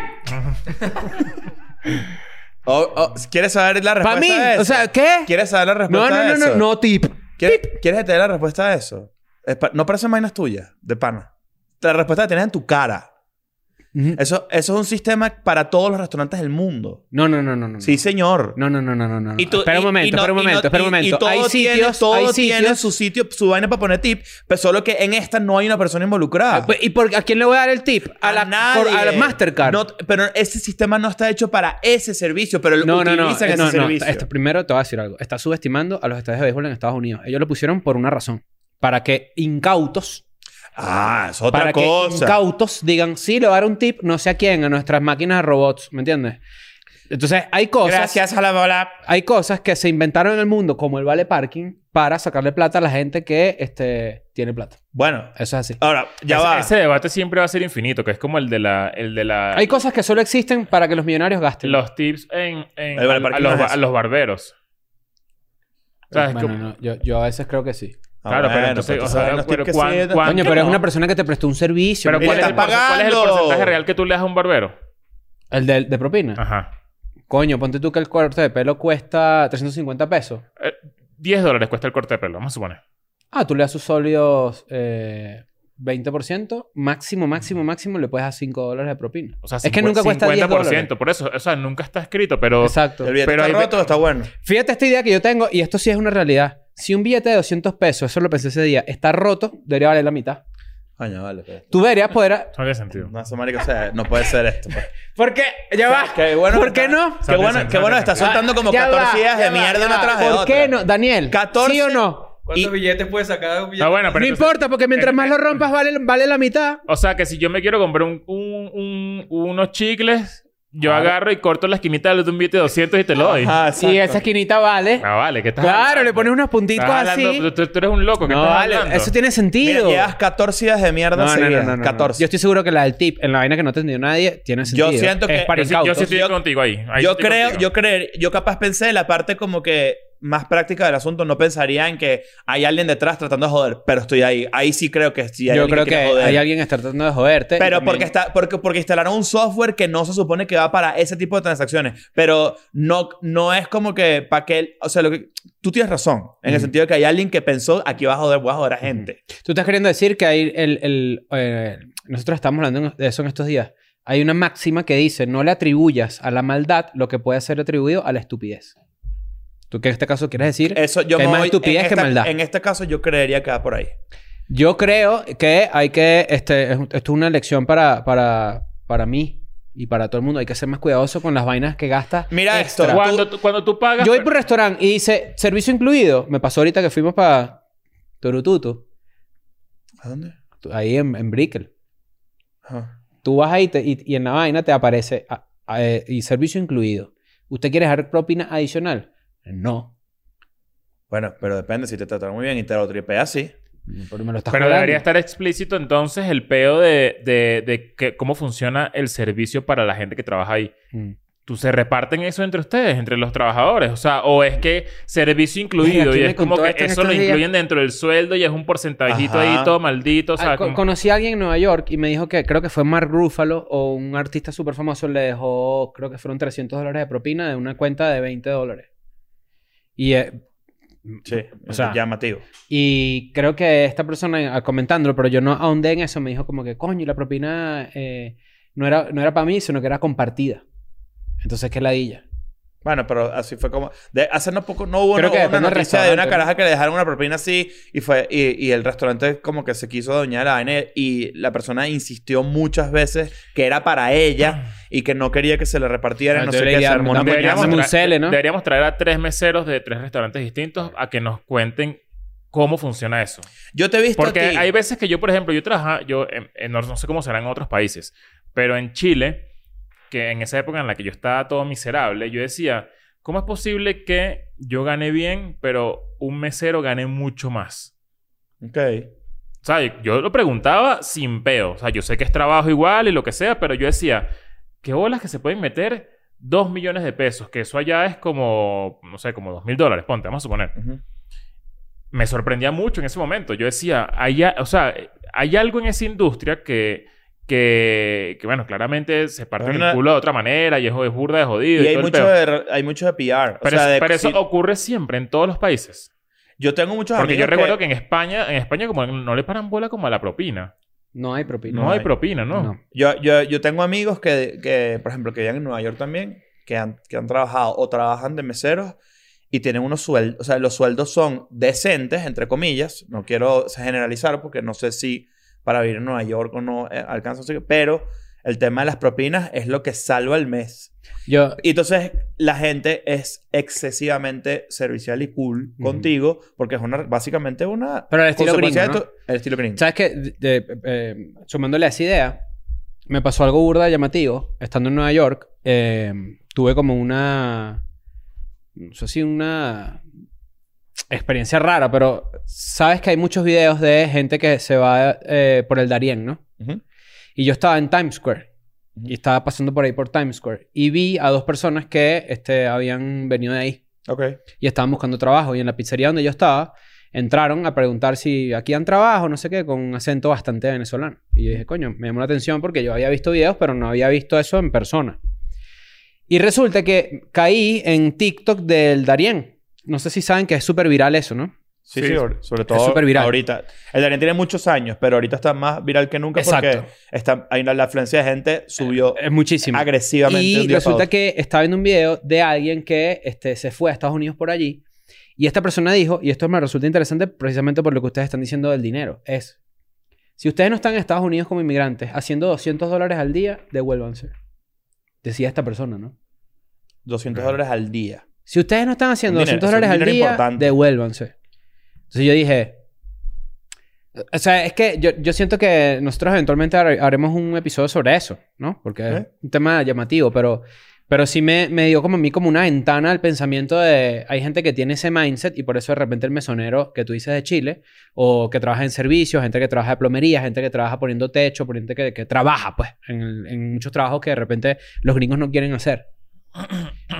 Speaker 2: Oh, oh, ¿Quieres saber la respuesta
Speaker 3: ¿Para mí?
Speaker 2: a eso?
Speaker 3: O sea, ¿qué?
Speaker 2: ¿Quieres saber la respuesta
Speaker 3: No, no,
Speaker 2: a
Speaker 3: no,
Speaker 2: eso?
Speaker 3: no, no tip.
Speaker 2: ¿Quieres, ¿Quieres que te dé la respuesta a eso? Es pa- no parecen vainas tuyas, de pana. La respuesta la tienes en tu cara.
Speaker 3: Ujú.
Speaker 2: Eso, eso es un sistema para todos los restaurantes del mundo.
Speaker 3: No, no, no, no, no.
Speaker 2: Sí, señor.
Speaker 3: No, no, no, no, no, no.
Speaker 2: Y tú-
Speaker 3: Mm, espera un
Speaker 2: y- y
Speaker 3: momento,
Speaker 2: no-
Speaker 3: espera un
Speaker 2: y no-
Speaker 3: momento, espera
Speaker 2: y-
Speaker 3: un
Speaker 2: y
Speaker 3: momento.
Speaker 2: todo
Speaker 3: hay
Speaker 2: tiene-
Speaker 3: sitios,
Speaker 2: todo
Speaker 3: hay
Speaker 2: tiene
Speaker 3: sitios.
Speaker 2: su sitio, su vaina para poner tip, pero solo que en esta no hay una persona involucrada.
Speaker 3: Ah, pues, ¿Y por, a quién le voy a dar el tip? A, la
Speaker 2: nadie.
Speaker 3: por- a la Mastercard.
Speaker 2: No, pero ese sistema no está hecho para ese servicio, pero lo
Speaker 3: no, no,
Speaker 2: utilizan
Speaker 3: no.
Speaker 2: ese
Speaker 3: eh, no, no.
Speaker 2: servicio.
Speaker 3: Esto- primero te voy a decir algo. Está subestimando a los estadios de béisbol en Estados Unidos. Ellos lo pusieron por una razón. Para que incautos,
Speaker 2: Ah, es otra
Speaker 3: para que
Speaker 2: cosa.
Speaker 3: incautos digan, sí, le voy a dar un tip, no sé a quién, a nuestras máquinas de robots, ¿me entiendes? Entonces, hay cosas,
Speaker 2: Gracias a la bola.
Speaker 3: hay cosas que se inventaron en el mundo, como el vale parking, para sacarle plata a la gente que este, tiene plata.
Speaker 2: Bueno,
Speaker 3: Eso es así.
Speaker 2: ahora, ya
Speaker 1: Ese-
Speaker 2: va.
Speaker 1: Ese debate siempre va a ser infinito, que es como el de la... El de la
Speaker 3: Hay cosas que solo existen para que los millonarios gasten.
Speaker 1: los tips en... en-
Speaker 2: El
Speaker 1: a,
Speaker 2: barparking
Speaker 1: a los,
Speaker 2: no es eso.
Speaker 1: a los barberos. ¿Sabes?
Speaker 3: Bueno,
Speaker 1: Como-
Speaker 3: no, yo, yo a veces creo que sí.
Speaker 2: Ah,
Speaker 1: Claro, pero
Speaker 2: bueno,
Speaker 1: entonces...
Speaker 2: tú
Speaker 1: o sea,
Speaker 2: sabes, no
Speaker 1: pero
Speaker 2: tienes que
Speaker 1: cuán-
Speaker 2: ser-
Speaker 1: cuán-
Speaker 3: Coño, pero es una persona que te prestó un servicio.
Speaker 1: Pero
Speaker 3: ¿no?
Speaker 1: ¿cuál es,
Speaker 2: Mira,
Speaker 1: el, por-
Speaker 2: estás
Speaker 1: ¿cuál es el
Speaker 2: pagando.
Speaker 1: porcentaje real que tú le das a un barbero?
Speaker 3: El de, de propina.
Speaker 1: Ajá.
Speaker 3: Coño, ponte tú que el corte de pelo cuesta 350 pesos.
Speaker 1: 10 dólares cuesta el corte de pelo, vamos a suponer.
Speaker 3: Ah, tú le das sus sólidos eh, 20%. Máximo, máximo, máximo le puedes dar 5 dólares de propina.
Speaker 1: O sea,
Speaker 3: Es que nunca cuesta 10 dólares.
Speaker 1: Por eso, o sea, nunca está escrito, pero...
Speaker 3: Exacto.
Speaker 2: El billete
Speaker 1: Pero
Speaker 2: está
Speaker 1: hay-
Speaker 2: roto, está bueno.
Speaker 3: Fíjate esta idea que yo tengo, y esto sí es una realidad. Si un billete de 200 pesos, eso lo pensé ese día, está roto, debería valer la mitad.
Speaker 2: Coño, vale. pero-
Speaker 3: Tú deberías poder... a-
Speaker 1: No tiene sentido.
Speaker 2: No, eso, marico, o sea, no puede ser esto. pues.
Speaker 3: ¿Por qué? Ya va.
Speaker 2: Qué bueno
Speaker 3: ¿Por
Speaker 2: que
Speaker 3: qué
Speaker 2: está-
Speaker 3: no? Ah,
Speaker 2: Qué bueno, qué bueno, está soltando como 14
Speaker 3: días
Speaker 2: días de mierda una tras de
Speaker 3: ¿Por
Speaker 2: otra.
Speaker 3: qué no? Daniel,
Speaker 2: 14.
Speaker 3: ¿sí o no?
Speaker 4: ¿Cuántos
Speaker 2: Y-
Speaker 4: billetes puede sacar un billete?
Speaker 1: Está Ah, bueno, pero
Speaker 3: no
Speaker 1: entonces-
Speaker 3: importa, porque mientras
Speaker 1: eh,
Speaker 3: más lo rompas vale, vale la mitad.
Speaker 1: O sea, que si yo me quiero comprar un, un- un- unos chicles, yo agarro y corto la esquinita de un billete de 200 y te lo doy.
Speaker 2: Ajá,
Speaker 3: Y
Speaker 2: exacto.
Speaker 3: esa esquinita vale.
Speaker 1: Ah, vale, ¿qué estás
Speaker 3: Claro,
Speaker 1: hablando?
Speaker 3: le pones unos puntitos
Speaker 1: Estás hablando-
Speaker 3: así.
Speaker 1: tú, tú eres un loco. ¿qué
Speaker 3: No
Speaker 1: estás
Speaker 3: vale,
Speaker 1: hablando?
Speaker 3: eso tiene
Speaker 2: Mira,
Speaker 3: sentido.
Speaker 2: llevas 14 días de mierda
Speaker 3: no, no,
Speaker 2: seguidas.
Speaker 3: no, no, no,
Speaker 2: 14.
Speaker 3: Yo estoy seguro que la del tip, en la vaina que no te entendió nadie, tiene sentido.
Speaker 2: siento
Speaker 3: Es
Speaker 2: que-
Speaker 3: para
Speaker 1: Yo sí, yo
Speaker 3: incautos.
Speaker 1: sí estoy
Speaker 2: Yo-
Speaker 1: contigo ahí. Ahí
Speaker 2: yo
Speaker 1: sí estoy
Speaker 2: creo,
Speaker 1: contigo.
Speaker 2: yo creer, yo capaz pensé de la parte como que más práctica del asunto, no pensaría en que hay alguien detrás tratando de joder, pero estoy ahí. Ahí sí creo que sí hay
Speaker 3: Yo
Speaker 2: alguien
Speaker 3: creo que,
Speaker 2: quiere joder.
Speaker 3: hay alguien que está tratando de joderte. y
Speaker 2: Pero
Speaker 3: también-
Speaker 2: porque, está, porque, porque instalaron un software que no se supone que va para ese tipo de transacciones. Pero no, no es como que para que... él- O sea, lo que, tú tienes razón. En el
Speaker 3: Ujú.
Speaker 2: sentido de que hay alguien que pensó, aquí vas a joder, voy a joder a gente.
Speaker 3: Tú estás queriendo decir que hay el... el, eh, nosotros estamos hablando de eso en estos días. Hay una máxima que dice, no le atribuyas a la maldad lo que puede ser atribuido a la estupidez. ¿Tú que en este caso quieres decir?
Speaker 2: Eso yo
Speaker 3: Que hay
Speaker 2: me
Speaker 3: más
Speaker 2: voy-
Speaker 3: estupidez
Speaker 2: en
Speaker 3: que
Speaker 2: esta-
Speaker 3: maldad.
Speaker 2: En este caso yo creería que va por ahí.
Speaker 3: Yo creo que hay que... Este, es un- esto es una lección para, para, para mí y para todo el mundo. Hay que ser más cuidadoso con las vainas que gastas.
Speaker 2: Mira esto.
Speaker 3: extra.
Speaker 1: Cuando, tú- cuando tú pagas...
Speaker 3: Yo voy por un restaurante y dice, servicio incluido. Me pasó ahorita que fuimos para Torututu.
Speaker 2: ¿A dónde?
Speaker 3: tú- Ahí en, en Brickell.
Speaker 2: Ajá.
Speaker 3: Tú vas ahí te- y, y en la vaina te aparece ah, ah, eh, y servicio incluido. ¿Usted quiere dejar propina adicional? No.
Speaker 2: Bueno, pero depende. Si te trataron muy bien y te lo tripeas, sí.
Speaker 3: Pero me lo estás
Speaker 1: Pero
Speaker 3: cobrando.
Speaker 1: debería estar explícito entonces el peo de, de, de que- cómo funciona el servicio para la gente que trabaja ahí.
Speaker 3: Mm.
Speaker 1: ¿Tú se reparten eso entre ustedes, entre los trabajadores? O sea, o es que servicio
Speaker 3: Mira,
Speaker 1: incluido
Speaker 3: ¿quién
Speaker 1: y
Speaker 3: me
Speaker 1: es como
Speaker 3: contó
Speaker 1: que
Speaker 3: esto en
Speaker 1: eso lo
Speaker 3: estos días?
Speaker 1: incluyen dentro del sueldo y es un porcentajito
Speaker 2: Ajá.
Speaker 1: ahí todo maldito. O sea,
Speaker 3: Ah, co-
Speaker 1: como-
Speaker 3: Conocí a alguien en Nueva York y me dijo que creo que fue Mark Ruffalo o un artista súper famoso le dejó, creo que fueron 300 dólares de propina de una cuenta de 20 dólares. Y, eh,
Speaker 2: Sí.
Speaker 3: O sea-
Speaker 2: llamativo.
Speaker 3: y creo que esta persona, ah, comentándolo, pero yo no ahondé en eso, me dijo como que, coño, y la propina eh, no, era, no era para mí, sino que era compartida. Entonces, qué ladilla.
Speaker 2: Bueno, pero así fue como. De, hace no poco no hubo
Speaker 3: Creo
Speaker 2: no
Speaker 3: que
Speaker 2: hubo una
Speaker 3: depende del
Speaker 2: noticia de una
Speaker 3: restaurante.
Speaker 2: caraja que le dejaron una propina así y fue y, y el restaurante como que se quiso doñar la vaina y la persona insistió muchas veces que era para ella y que no quería que se le repartiera.
Speaker 3: Ah,
Speaker 2: y no
Speaker 3: yo
Speaker 2: sé
Speaker 3: le
Speaker 2: qué. Se
Speaker 3: diría,
Speaker 2: armó una
Speaker 3: "Dame-
Speaker 2: coñaza".
Speaker 1: deberíamos,
Speaker 3: hacemos un
Speaker 1: tra-
Speaker 3: cele, ¿no?
Speaker 1: deberíamos traer a tres meseros de tres restaurantes distintos a que nos cuenten cómo funciona eso.
Speaker 2: Yo te he visto
Speaker 1: Porque
Speaker 2: a ti.
Speaker 1: hay veces que yo, por ejemplo, yo trabajaba, yo en- en- no, no sé cómo será en otros países, pero en Chile, que en esa época en la que yo estaba todo miserable, yo decía, ¿cómo es posible que yo gane bien, pero un mesero gane mucho más?
Speaker 2: Ok.
Speaker 1: O sea, yo lo preguntaba sin peo. O sea, yo sé que es trabajo igual y lo que sea, pero yo decía, ¿qué bolas que se pueden meter? Dos millones de pesos, que eso allá es como, no sé, como dos mil dólares, ponte, vamos a suponer
Speaker 2: Ujú.
Speaker 1: me sorprendía mucho en ese momento. Yo decía, hay, a- o sea, hay algo en esa industria que, que, que, bueno, claramente se parte
Speaker 2: Una-
Speaker 1: el culo de otra manera y es, es burda de jodido.
Speaker 2: Y
Speaker 1: y
Speaker 2: hay
Speaker 1: todo el
Speaker 2: mucho,
Speaker 1: peo.
Speaker 2: de, re- hay mucho de PR.
Speaker 1: pero,
Speaker 2: o sea,
Speaker 1: es-
Speaker 2: de-
Speaker 1: pero eso
Speaker 2: sí,
Speaker 1: ocurre siempre en todos los países.
Speaker 2: yo tengo muchos
Speaker 1: Porque yo
Speaker 2: amigos
Speaker 1: recuerdo que... en España, en España como no le paran bola como a la propina.
Speaker 3: No hay propina.
Speaker 1: No,
Speaker 2: No
Speaker 1: hay,
Speaker 2: hay.
Speaker 1: propina, ¿no?
Speaker 2: Yo, yo, yo tengo amigos que, que, por ejemplo, que viven en Nueva York también, que han, que han trabajado o trabajan de meseros y tienen unos sueldos, o sea, los sueldos son decentes, entre comillas, no quiero generalizar porque no sé si para vivir en Nueva York o no eh, alcanzan, así que- pero el tema de las propinas es lo que salva el mes.
Speaker 3: Yo,
Speaker 2: Y entonces la gente es excesivamente servicial y cool
Speaker 3: Ujú.
Speaker 2: contigo porque es una, básicamente una...
Speaker 3: Pero el estilo
Speaker 2: consecuencia
Speaker 3: gringo,
Speaker 2: de tu- El estilo gringo.
Speaker 3: ¿Sabes qué? De- de- eh, sumándole a esa idea, me pasó algo burda de llamativo. Estando en Nueva York, eh, tuve como una. No sé si una. Experiencia rara, pero sabes que hay muchos videos de gente que se va eh, por el Darién, ¿no?
Speaker 2: Ujú.
Speaker 3: Y yo estaba en Times Square.
Speaker 2: Ujú.
Speaker 3: Y estaba pasando por ahí por Times Square. Y vi a dos personas que este, habían venido de ahí
Speaker 2: Ok.
Speaker 3: y estaban buscando trabajo. Y en la pizzería donde yo estaba, entraron a preguntar si aquí dan trabajo, no sé qué, con un acento bastante venezolano. Y yo dije, coño, me llamó la atención porque yo había visto videos, pero no había visto eso en persona. Y resulta que caí en TikTok del Darien. No sé si saben que es súper viral eso, ¿no?
Speaker 2: Sí,
Speaker 1: Sí,
Speaker 2: sí,
Speaker 1: es-
Speaker 2: sobre, sobre todo
Speaker 3: súper viral.
Speaker 2: ahorita. El Darien tiene muchos años, pero ahorita está más viral que nunca
Speaker 3: Exacto.
Speaker 2: porque está, hay una, la afluencia de gente subió
Speaker 3: Es muchísimo.
Speaker 2: Ah, agresivamente. de
Speaker 3: Y
Speaker 2: un día
Speaker 3: resulta
Speaker 2: para otro.
Speaker 3: que estaba viendo un video de alguien que este, se fue a Estados Unidos por allí. Y esta persona dijo, y esto me resulta interesante precisamente por lo que ustedes están diciendo del dinero, es, si ustedes no están en Estados Unidos como inmigrantes haciendo 200 dólares al día, devuélvanse. Decía esta persona, ¿no?
Speaker 2: 200 dólares al día.
Speaker 3: Si ustedes no están haciendo
Speaker 2: Un dinero,
Speaker 3: 200
Speaker 2: es un
Speaker 3: dólares al
Speaker 2: dinero
Speaker 3: día,
Speaker 2: importante.
Speaker 3: devuélvanse. Entonces yo dije... O sea, es que yo, yo siento que nosotros eventualmente har- haremos un episodio sobre eso, ¿no? Porque es
Speaker 2: ¿Eh?
Speaker 3: un tema llamativo, pero, pero sí me, me dio como a mí como una ventana al pensamiento de... Hay gente que tiene ese mindset y por eso de repente el mesonero que tú dices de Chile, o que trabaja en servicios, gente que trabaja de plomería, gente que trabaja poniendo techo, por gente que, que trabaja, pues, en, el- en muchos trabajos que de repente los gringos no quieren
Speaker 2: *clears throat*
Speaker 3: hacer.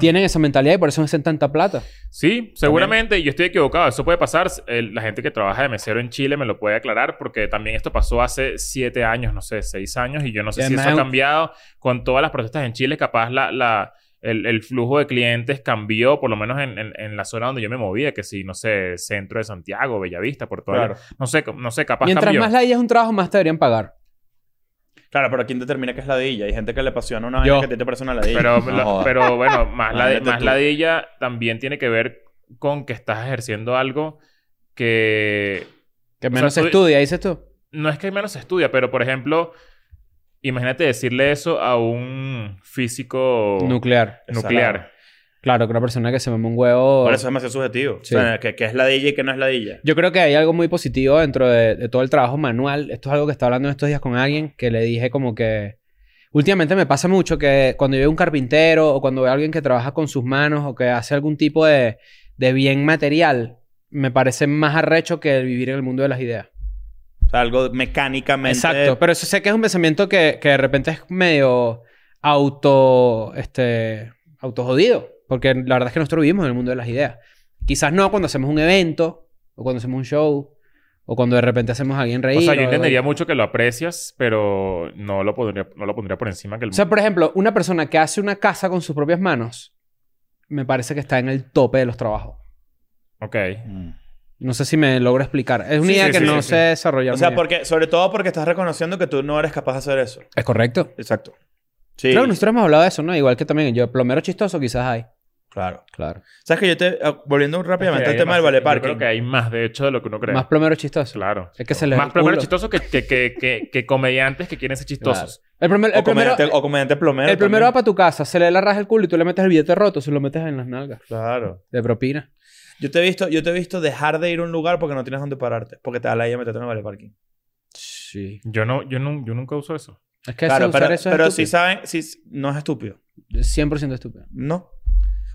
Speaker 3: Tienen esa mentalidad y por eso hacen tanta plata.
Speaker 1: Sí, seguramente, y yo estoy equivocado, eso puede pasar. El- la gente que trabaja de mesero en Chile me lo puede aclarar, porque también esto pasó hace siete años, no sé, seis años, y yo no sé
Speaker 3: Y
Speaker 1: si eso
Speaker 3: además-
Speaker 1: ha cambiado con todas las protestas en Chile. Capaz la, la- el, el flujo de clientes cambió, por lo menos en, en- en la zona donde yo me movía, que sí, no sé, centro de Santiago, Bellavista, por todo.
Speaker 2: Claro.
Speaker 1: No sé, no sé, capaz
Speaker 3: Mientras
Speaker 1: cambió.
Speaker 3: más la idea es un trabajo, más te deberían pagar.
Speaker 2: Claro, pero ¿quién determina que es ladilla? Hay gente que le apasiona una
Speaker 3: Yo.
Speaker 2: vaina que a ti te parece una ladilla.
Speaker 1: Pero,
Speaker 2: No
Speaker 1: la-
Speaker 2: jodas.
Speaker 1: pero bueno, más, la,
Speaker 2: Imagínate
Speaker 1: más
Speaker 2: tú.
Speaker 1: ladilla también tiene que ver con que estás ejerciendo algo que
Speaker 3: Que
Speaker 1: sea,
Speaker 3: menos se
Speaker 1: tú-
Speaker 3: estudia, dices tú.
Speaker 1: no es que menos se estudia, pero por ejemplo, imagínate decirle eso a un físico
Speaker 3: Nuclear.
Speaker 2: Exacto.
Speaker 1: nuclear.
Speaker 3: Claro, que una persona que se mama un huevo.
Speaker 2: Por eso es demasiado subjetivo.
Speaker 3: Sí.
Speaker 2: O sea, que, que es ladilla y que no es ladilla.
Speaker 3: Yo creo que hay algo muy positivo dentro de, de todo el trabajo manual. Esto es algo que estaba hablando en estos días con alguien que le dije como que... Últimamente me pasa mucho que cuando yo veo un carpintero o cuando veo a alguien que trabaja con sus manos o que hace algún tipo de, de bien material, me parece más arrecho que el vivir en el mundo de las ideas.
Speaker 2: O sea, algo mecánicamente.
Speaker 3: Exacto, pero eso sé que es un pensamiento que, que de repente es medio auto, este, autojodido, porque la verdad es que nosotros vivimos en el mundo de las ideas. Quizás no cuando hacemos un evento, o cuando hacemos un show, o cuando de repente hacemos a alguien reír.
Speaker 1: O sea, yo
Speaker 3: o-
Speaker 1: entendería mucho que lo aprecias, pero no lo pondría, no lo pondría por encima que el
Speaker 3: O sea, por ejemplo, una persona que hace una casa con sus propias manos, me parece que está en el tope de los trabajos.
Speaker 1: Ok.
Speaker 2: Mm.
Speaker 3: No sé si me logro explicar. Es una
Speaker 1: Sí,
Speaker 3: idea
Speaker 1: sí,
Speaker 3: que
Speaker 1: sí,
Speaker 3: no
Speaker 1: sí,
Speaker 3: sé
Speaker 1: sí.
Speaker 3: desarrollar.
Speaker 2: O sea,
Speaker 3: muy bien.
Speaker 2: porque, sobre todo porque estás reconociendo que tú no eres capaz de hacer eso.
Speaker 3: Es correcto.
Speaker 2: Exacto. Sí.
Speaker 3: Claro, nosotros hemos hablado de eso, ¿no? Igual que también yo, plomero chistoso quizás hay.
Speaker 2: Claro.
Speaker 3: Claro.
Speaker 2: ¿Sabes que yo te. ah, Volviendo rápidamente
Speaker 1: Sí,
Speaker 2: al
Speaker 1: hay
Speaker 2: tema del
Speaker 1: más-
Speaker 2: vale
Speaker 1: Yo creo que hay más, de hecho, de lo que uno cree.
Speaker 3: Más plomero chistoso.
Speaker 1: claro.
Speaker 3: Es que se les
Speaker 1: más
Speaker 3: ve el culo.
Speaker 1: primeros chistosos que, que, que, que,
Speaker 3: *laughs*
Speaker 1: que comediantes que quieren ser chistosos.
Speaker 3: El, primer-
Speaker 2: O
Speaker 3: el primero,
Speaker 2: comediante, o comediante plomero.
Speaker 3: el primero va
Speaker 2: también.
Speaker 3: para tu casa, se le la raja el culo y tú le metes el billete roto, se lo metes en las nalgas.
Speaker 2: Claro.
Speaker 3: De propina.
Speaker 2: Yo te he visto, yo te he visto dejar de ir a un lugar porque no tienes dónde pararte. Porque te da la idea de meterte en el vale parking.
Speaker 3: Sí.
Speaker 1: Yo, no, yo, nun- yo nunca uso eso.
Speaker 3: Es que
Speaker 2: claro,
Speaker 3: eso, usar
Speaker 2: pero,
Speaker 3: eso
Speaker 2: pero
Speaker 3: es
Speaker 2: si saben, si no es estúpido.
Speaker 3: estúpido. 100% estúpido.
Speaker 2: No.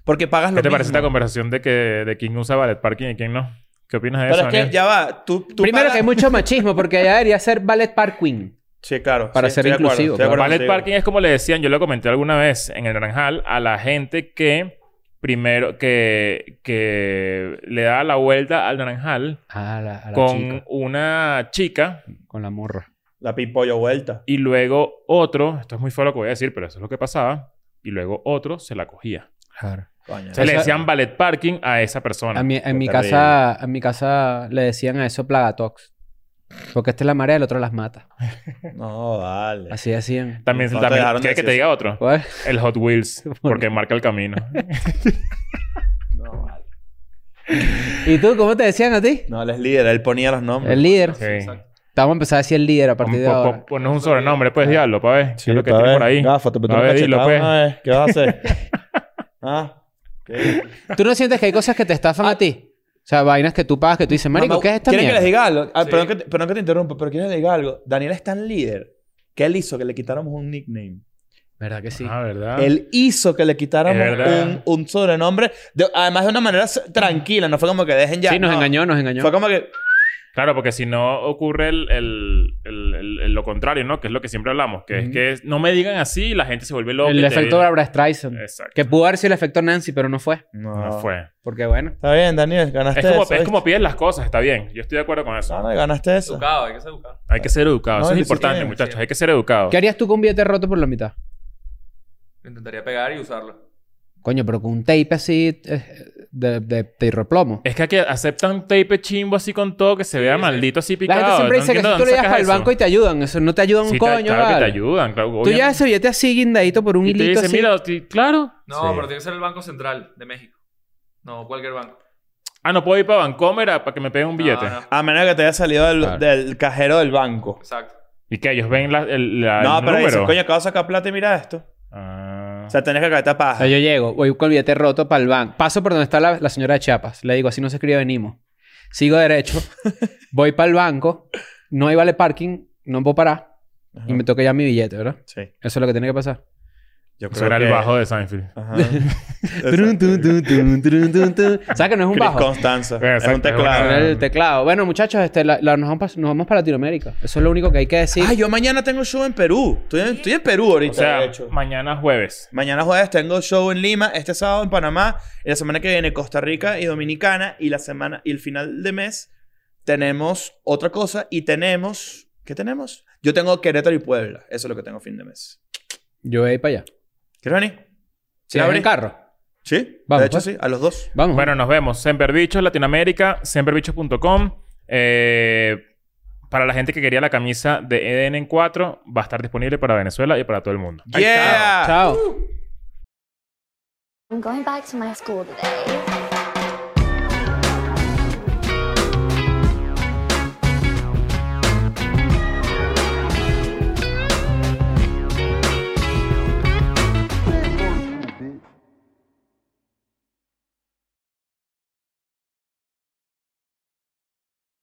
Speaker 2: Porque pagas lo
Speaker 1: ¿Qué te
Speaker 2: mismo.
Speaker 1: parece esta conversación de que de quién usa ballet parking y quién no? ¿Qué opinas de
Speaker 2: Pero
Speaker 1: eso?
Speaker 2: es que
Speaker 1: Daniel?
Speaker 2: ya va. Tú, tú
Speaker 3: Primero
Speaker 2: pagas-
Speaker 3: que
Speaker 2: *laughs*
Speaker 3: hay mucho machismo porque allá debería ser ballet park queen.
Speaker 2: Sí, claro.
Speaker 3: Para
Speaker 2: sí,
Speaker 3: ser
Speaker 2: estoy de acuerdo,
Speaker 3: inclusivo,
Speaker 2: estoy de acuerdo
Speaker 1: Ballet
Speaker 2: contigo.
Speaker 1: parking es como le decían, yo lo comenté alguna vez en el Naranjal, a la gente que primero que, que le da la vuelta al Naranjal
Speaker 3: Ah, la, a la
Speaker 1: con
Speaker 3: chica.
Speaker 1: una chica
Speaker 3: Con la morra.
Speaker 2: La pipollo vuelta.
Speaker 1: y luego otro, esto es muy feo lo que voy a decir, pero eso es lo que pasaba, y luego otro se la cogía.
Speaker 3: Claro.
Speaker 2: Coño.
Speaker 1: O sea, le
Speaker 3: Esa-
Speaker 1: decían ballet parking a esa persona.
Speaker 3: A mí- en, mi
Speaker 2: terrible.
Speaker 3: casa, en mi casa le decían a eso plagatox. Porque este la marea y el otro las mata.
Speaker 2: No, vale.
Speaker 3: Así
Speaker 2: *laughs*
Speaker 3: decían. Pues,
Speaker 1: También,
Speaker 2: No te
Speaker 1: también
Speaker 2: dejaron
Speaker 1: ¿quieres que
Speaker 2: decir
Speaker 1: te diga otro.
Speaker 3: ¿Cuál?
Speaker 1: El Hot
Speaker 3: *laughs*
Speaker 1: Wheels, porque marca el camino.
Speaker 2: No, vale.
Speaker 3: ¿Y tú cómo te decían a ti?
Speaker 2: No, él es líder, él ponía los nombres.
Speaker 3: El líder.
Speaker 1: Sí.
Speaker 4: Exacto.
Speaker 3: Te vamos a empezar a decir el líder a partir de
Speaker 1: Pon- pon-
Speaker 3: ahora.
Speaker 1: Ponnos un sobrenombre, pues, diablo, para ver.
Speaker 2: Sí,
Speaker 1: qué es lo que
Speaker 2: pa'
Speaker 1: tiene
Speaker 2: ver.
Speaker 1: por ahí.
Speaker 2: Gafa, te metí
Speaker 1: A
Speaker 2: una
Speaker 1: ver, dilo,
Speaker 2: cachetada
Speaker 1: pues.
Speaker 2: una vez. ¿Qué vas a hacer? ah. ¿Qué?
Speaker 3: ¿Tú no sientes que hay cosas que te estafan
Speaker 1: Ah.
Speaker 3: a ti? O sea, vainas que tú pagas que tú dices, marico,
Speaker 2: Mamá,
Speaker 3: ¿qué es esta
Speaker 2: ¿Quieren
Speaker 3: mierda?
Speaker 2: que les diga algo? Ah,
Speaker 4: Sí.
Speaker 2: perdón, que te, perdón que te interrumpa, pero ¿quieren que les diga algo? Daniel es tan líder que él hizo que le quitáramos un nickname.
Speaker 3: ¿Verdad que sí?
Speaker 1: Ah, ¿verdad?
Speaker 2: Él hizo que le quitáramos
Speaker 1: Es verdad.
Speaker 2: un, un sobrenombre. de- además, de una manera s- tranquila. No fue como que dejen ya.
Speaker 3: sí, nos
Speaker 2: no.
Speaker 3: engañó, nos engañó.
Speaker 2: Fue como que...
Speaker 1: Claro, porque si no ocurre el, el- el- el- el- lo contrario, ¿no? Que es lo que siempre hablamos, que
Speaker 3: Ujú.
Speaker 1: es que es- no me digan así y la gente se vuelve loca. y
Speaker 3: el
Speaker 1: te-
Speaker 3: efecto Barbra Streisand.
Speaker 1: Exacto.
Speaker 3: Que pudo haber sido el efecto Nancy, pero no fue.
Speaker 1: No fue.
Speaker 3: Porque bueno.
Speaker 2: Está bien, Daniel. Ganaste
Speaker 1: Es como,
Speaker 2: Ah. eso.
Speaker 1: es
Speaker 2: ¿viste?
Speaker 1: como piden las cosas, está bien. Yo estoy de acuerdo con eso.
Speaker 2: No, no, ganaste eso.
Speaker 4: Educado, hay que ser educado.
Speaker 1: Hay que ser educado.
Speaker 2: No,
Speaker 1: eso es
Speaker 2: sí
Speaker 1: importante,
Speaker 2: tiene,
Speaker 1: muchachos.
Speaker 4: sí.
Speaker 1: Hay que ser educado.
Speaker 3: ¿Qué harías tú con un billete roto por la mitad?
Speaker 4: Lo intentaría pegar y usarlo.
Speaker 3: Coño, pero con un tape así eh, de, de, pirroplomo.
Speaker 1: Es que aquí aceptan tape chimbo así con todo que se vea
Speaker 4: sí.
Speaker 1: maldito así
Speaker 3: La
Speaker 1: picado.
Speaker 3: gente siempre
Speaker 1: No
Speaker 3: dice que
Speaker 1: entiendo
Speaker 3: si tú
Speaker 1: dónde
Speaker 3: le llevas
Speaker 1: sacas
Speaker 3: para el
Speaker 1: eso.
Speaker 3: banco y te ayudan. Eso no te ayudan un
Speaker 1: Sí, te-
Speaker 3: coño,
Speaker 1: claro que
Speaker 3: vale.
Speaker 1: te ayudan. Claro,
Speaker 3: Tú
Speaker 1: obviamente.
Speaker 3: llevas ese billete así guindadito por un
Speaker 1: Y te
Speaker 3: hilito
Speaker 1: dicen,
Speaker 3: así.
Speaker 1: mira, ti- claro.
Speaker 4: No,
Speaker 2: Sí.
Speaker 4: pero tiene que ser el Banco Central de México. No, cualquier banco.
Speaker 1: Ah, no puedo ir para Vancomer a- para que me peguen un
Speaker 4: No,
Speaker 1: billete.
Speaker 4: no.
Speaker 2: A menos que te haya salido del,
Speaker 3: Claro.
Speaker 2: del cajero del banco.
Speaker 4: Exacto.
Speaker 1: Y que ellos ven la, el, la-
Speaker 2: no,
Speaker 1: el
Speaker 2: pero
Speaker 1: número.
Speaker 2: dices, coño, acabo de sacar plata y mira esto.
Speaker 1: Ah.
Speaker 2: O sea, tenés que caer
Speaker 3: O
Speaker 2: paja.
Speaker 3: sea, yo llego, voy con el billete roto para el banco. Paso por donde está la, la señora de Chiapas. Le digo, así no se escribe venimos.
Speaker 2: *laughs*
Speaker 3: Sigo derecho, voy para el banco, no hay vale parking, no puedo parar
Speaker 2: Ajá.
Speaker 3: y me toca ya mi billete, ¿verdad?
Speaker 2: Sí.
Speaker 3: Eso es lo que tiene que pasar.
Speaker 2: Yo
Speaker 1: Eso era el bajo de Seinfeld.
Speaker 2: Ajá.
Speaker 3: Turun,
Speaker 2: Exacto.
Speaker 3: *laughs* tun, tun, tun, turun,
Speaker 2: *laughs*
Speaker 3: tun, tun. ¿Sabes que no es un
Speaker 2: Chris
Speaker 3: bajo?
Speaker 2: Constanza.
Speaker 1: Exacto,
Speaker 2: es un teclado.
Speaker 1: es
Speaker 3: Era el teclado. Bueno, muchachos, este, la- la- nos, vamos, pa- nos vamos para Latinoamérica. Eso es lo único que hay que decir.
Speaker 2: Ah, yo mañana tengo show en Perú. Estoy en, estoy en Perú ahorita,
Speaker 1: O sea,
Speaker 2: de hecho.
Speaker 1: mañana jueves.
Speaker 2: Mañana jueves tengo show en Lima, este sábado en Panamá, y la semana que viene Costa Rica y Dominicana, y la semana y el final de mes tenemos otra cosa y tenemos ¿qué tenemos? Yo tengo Querétaro y Puebla, eso es lo que tengo fin de mes.
Speaker 3: Yo voy a ir para allá.
Speaker 2: ¿Quieres venir?
Speaker 3: Si
Speaker 2: ¿La
Speaker 3: abren
Speaker 2: abrí?
Speaker 3: carro.
Speaker 2: Sí,
Speaker 3: Vamos,
Speaker 2: de hecho
Speaker 3: pues.
Speaker 2: sí, a los dos.
Speaker 3: Vamos.
Speaker 1: Bueno, nos vemos. Semperbichos Latinoamérica, semperbichos.com. Eh, para la gente que quería la camisa de EDN en 4, va a estar disponible para Venezuela y para todo el mundo.
Speaker 2: Yeah.
Speaker 3: Chao.
Speaker 5: I'm going back to my school today.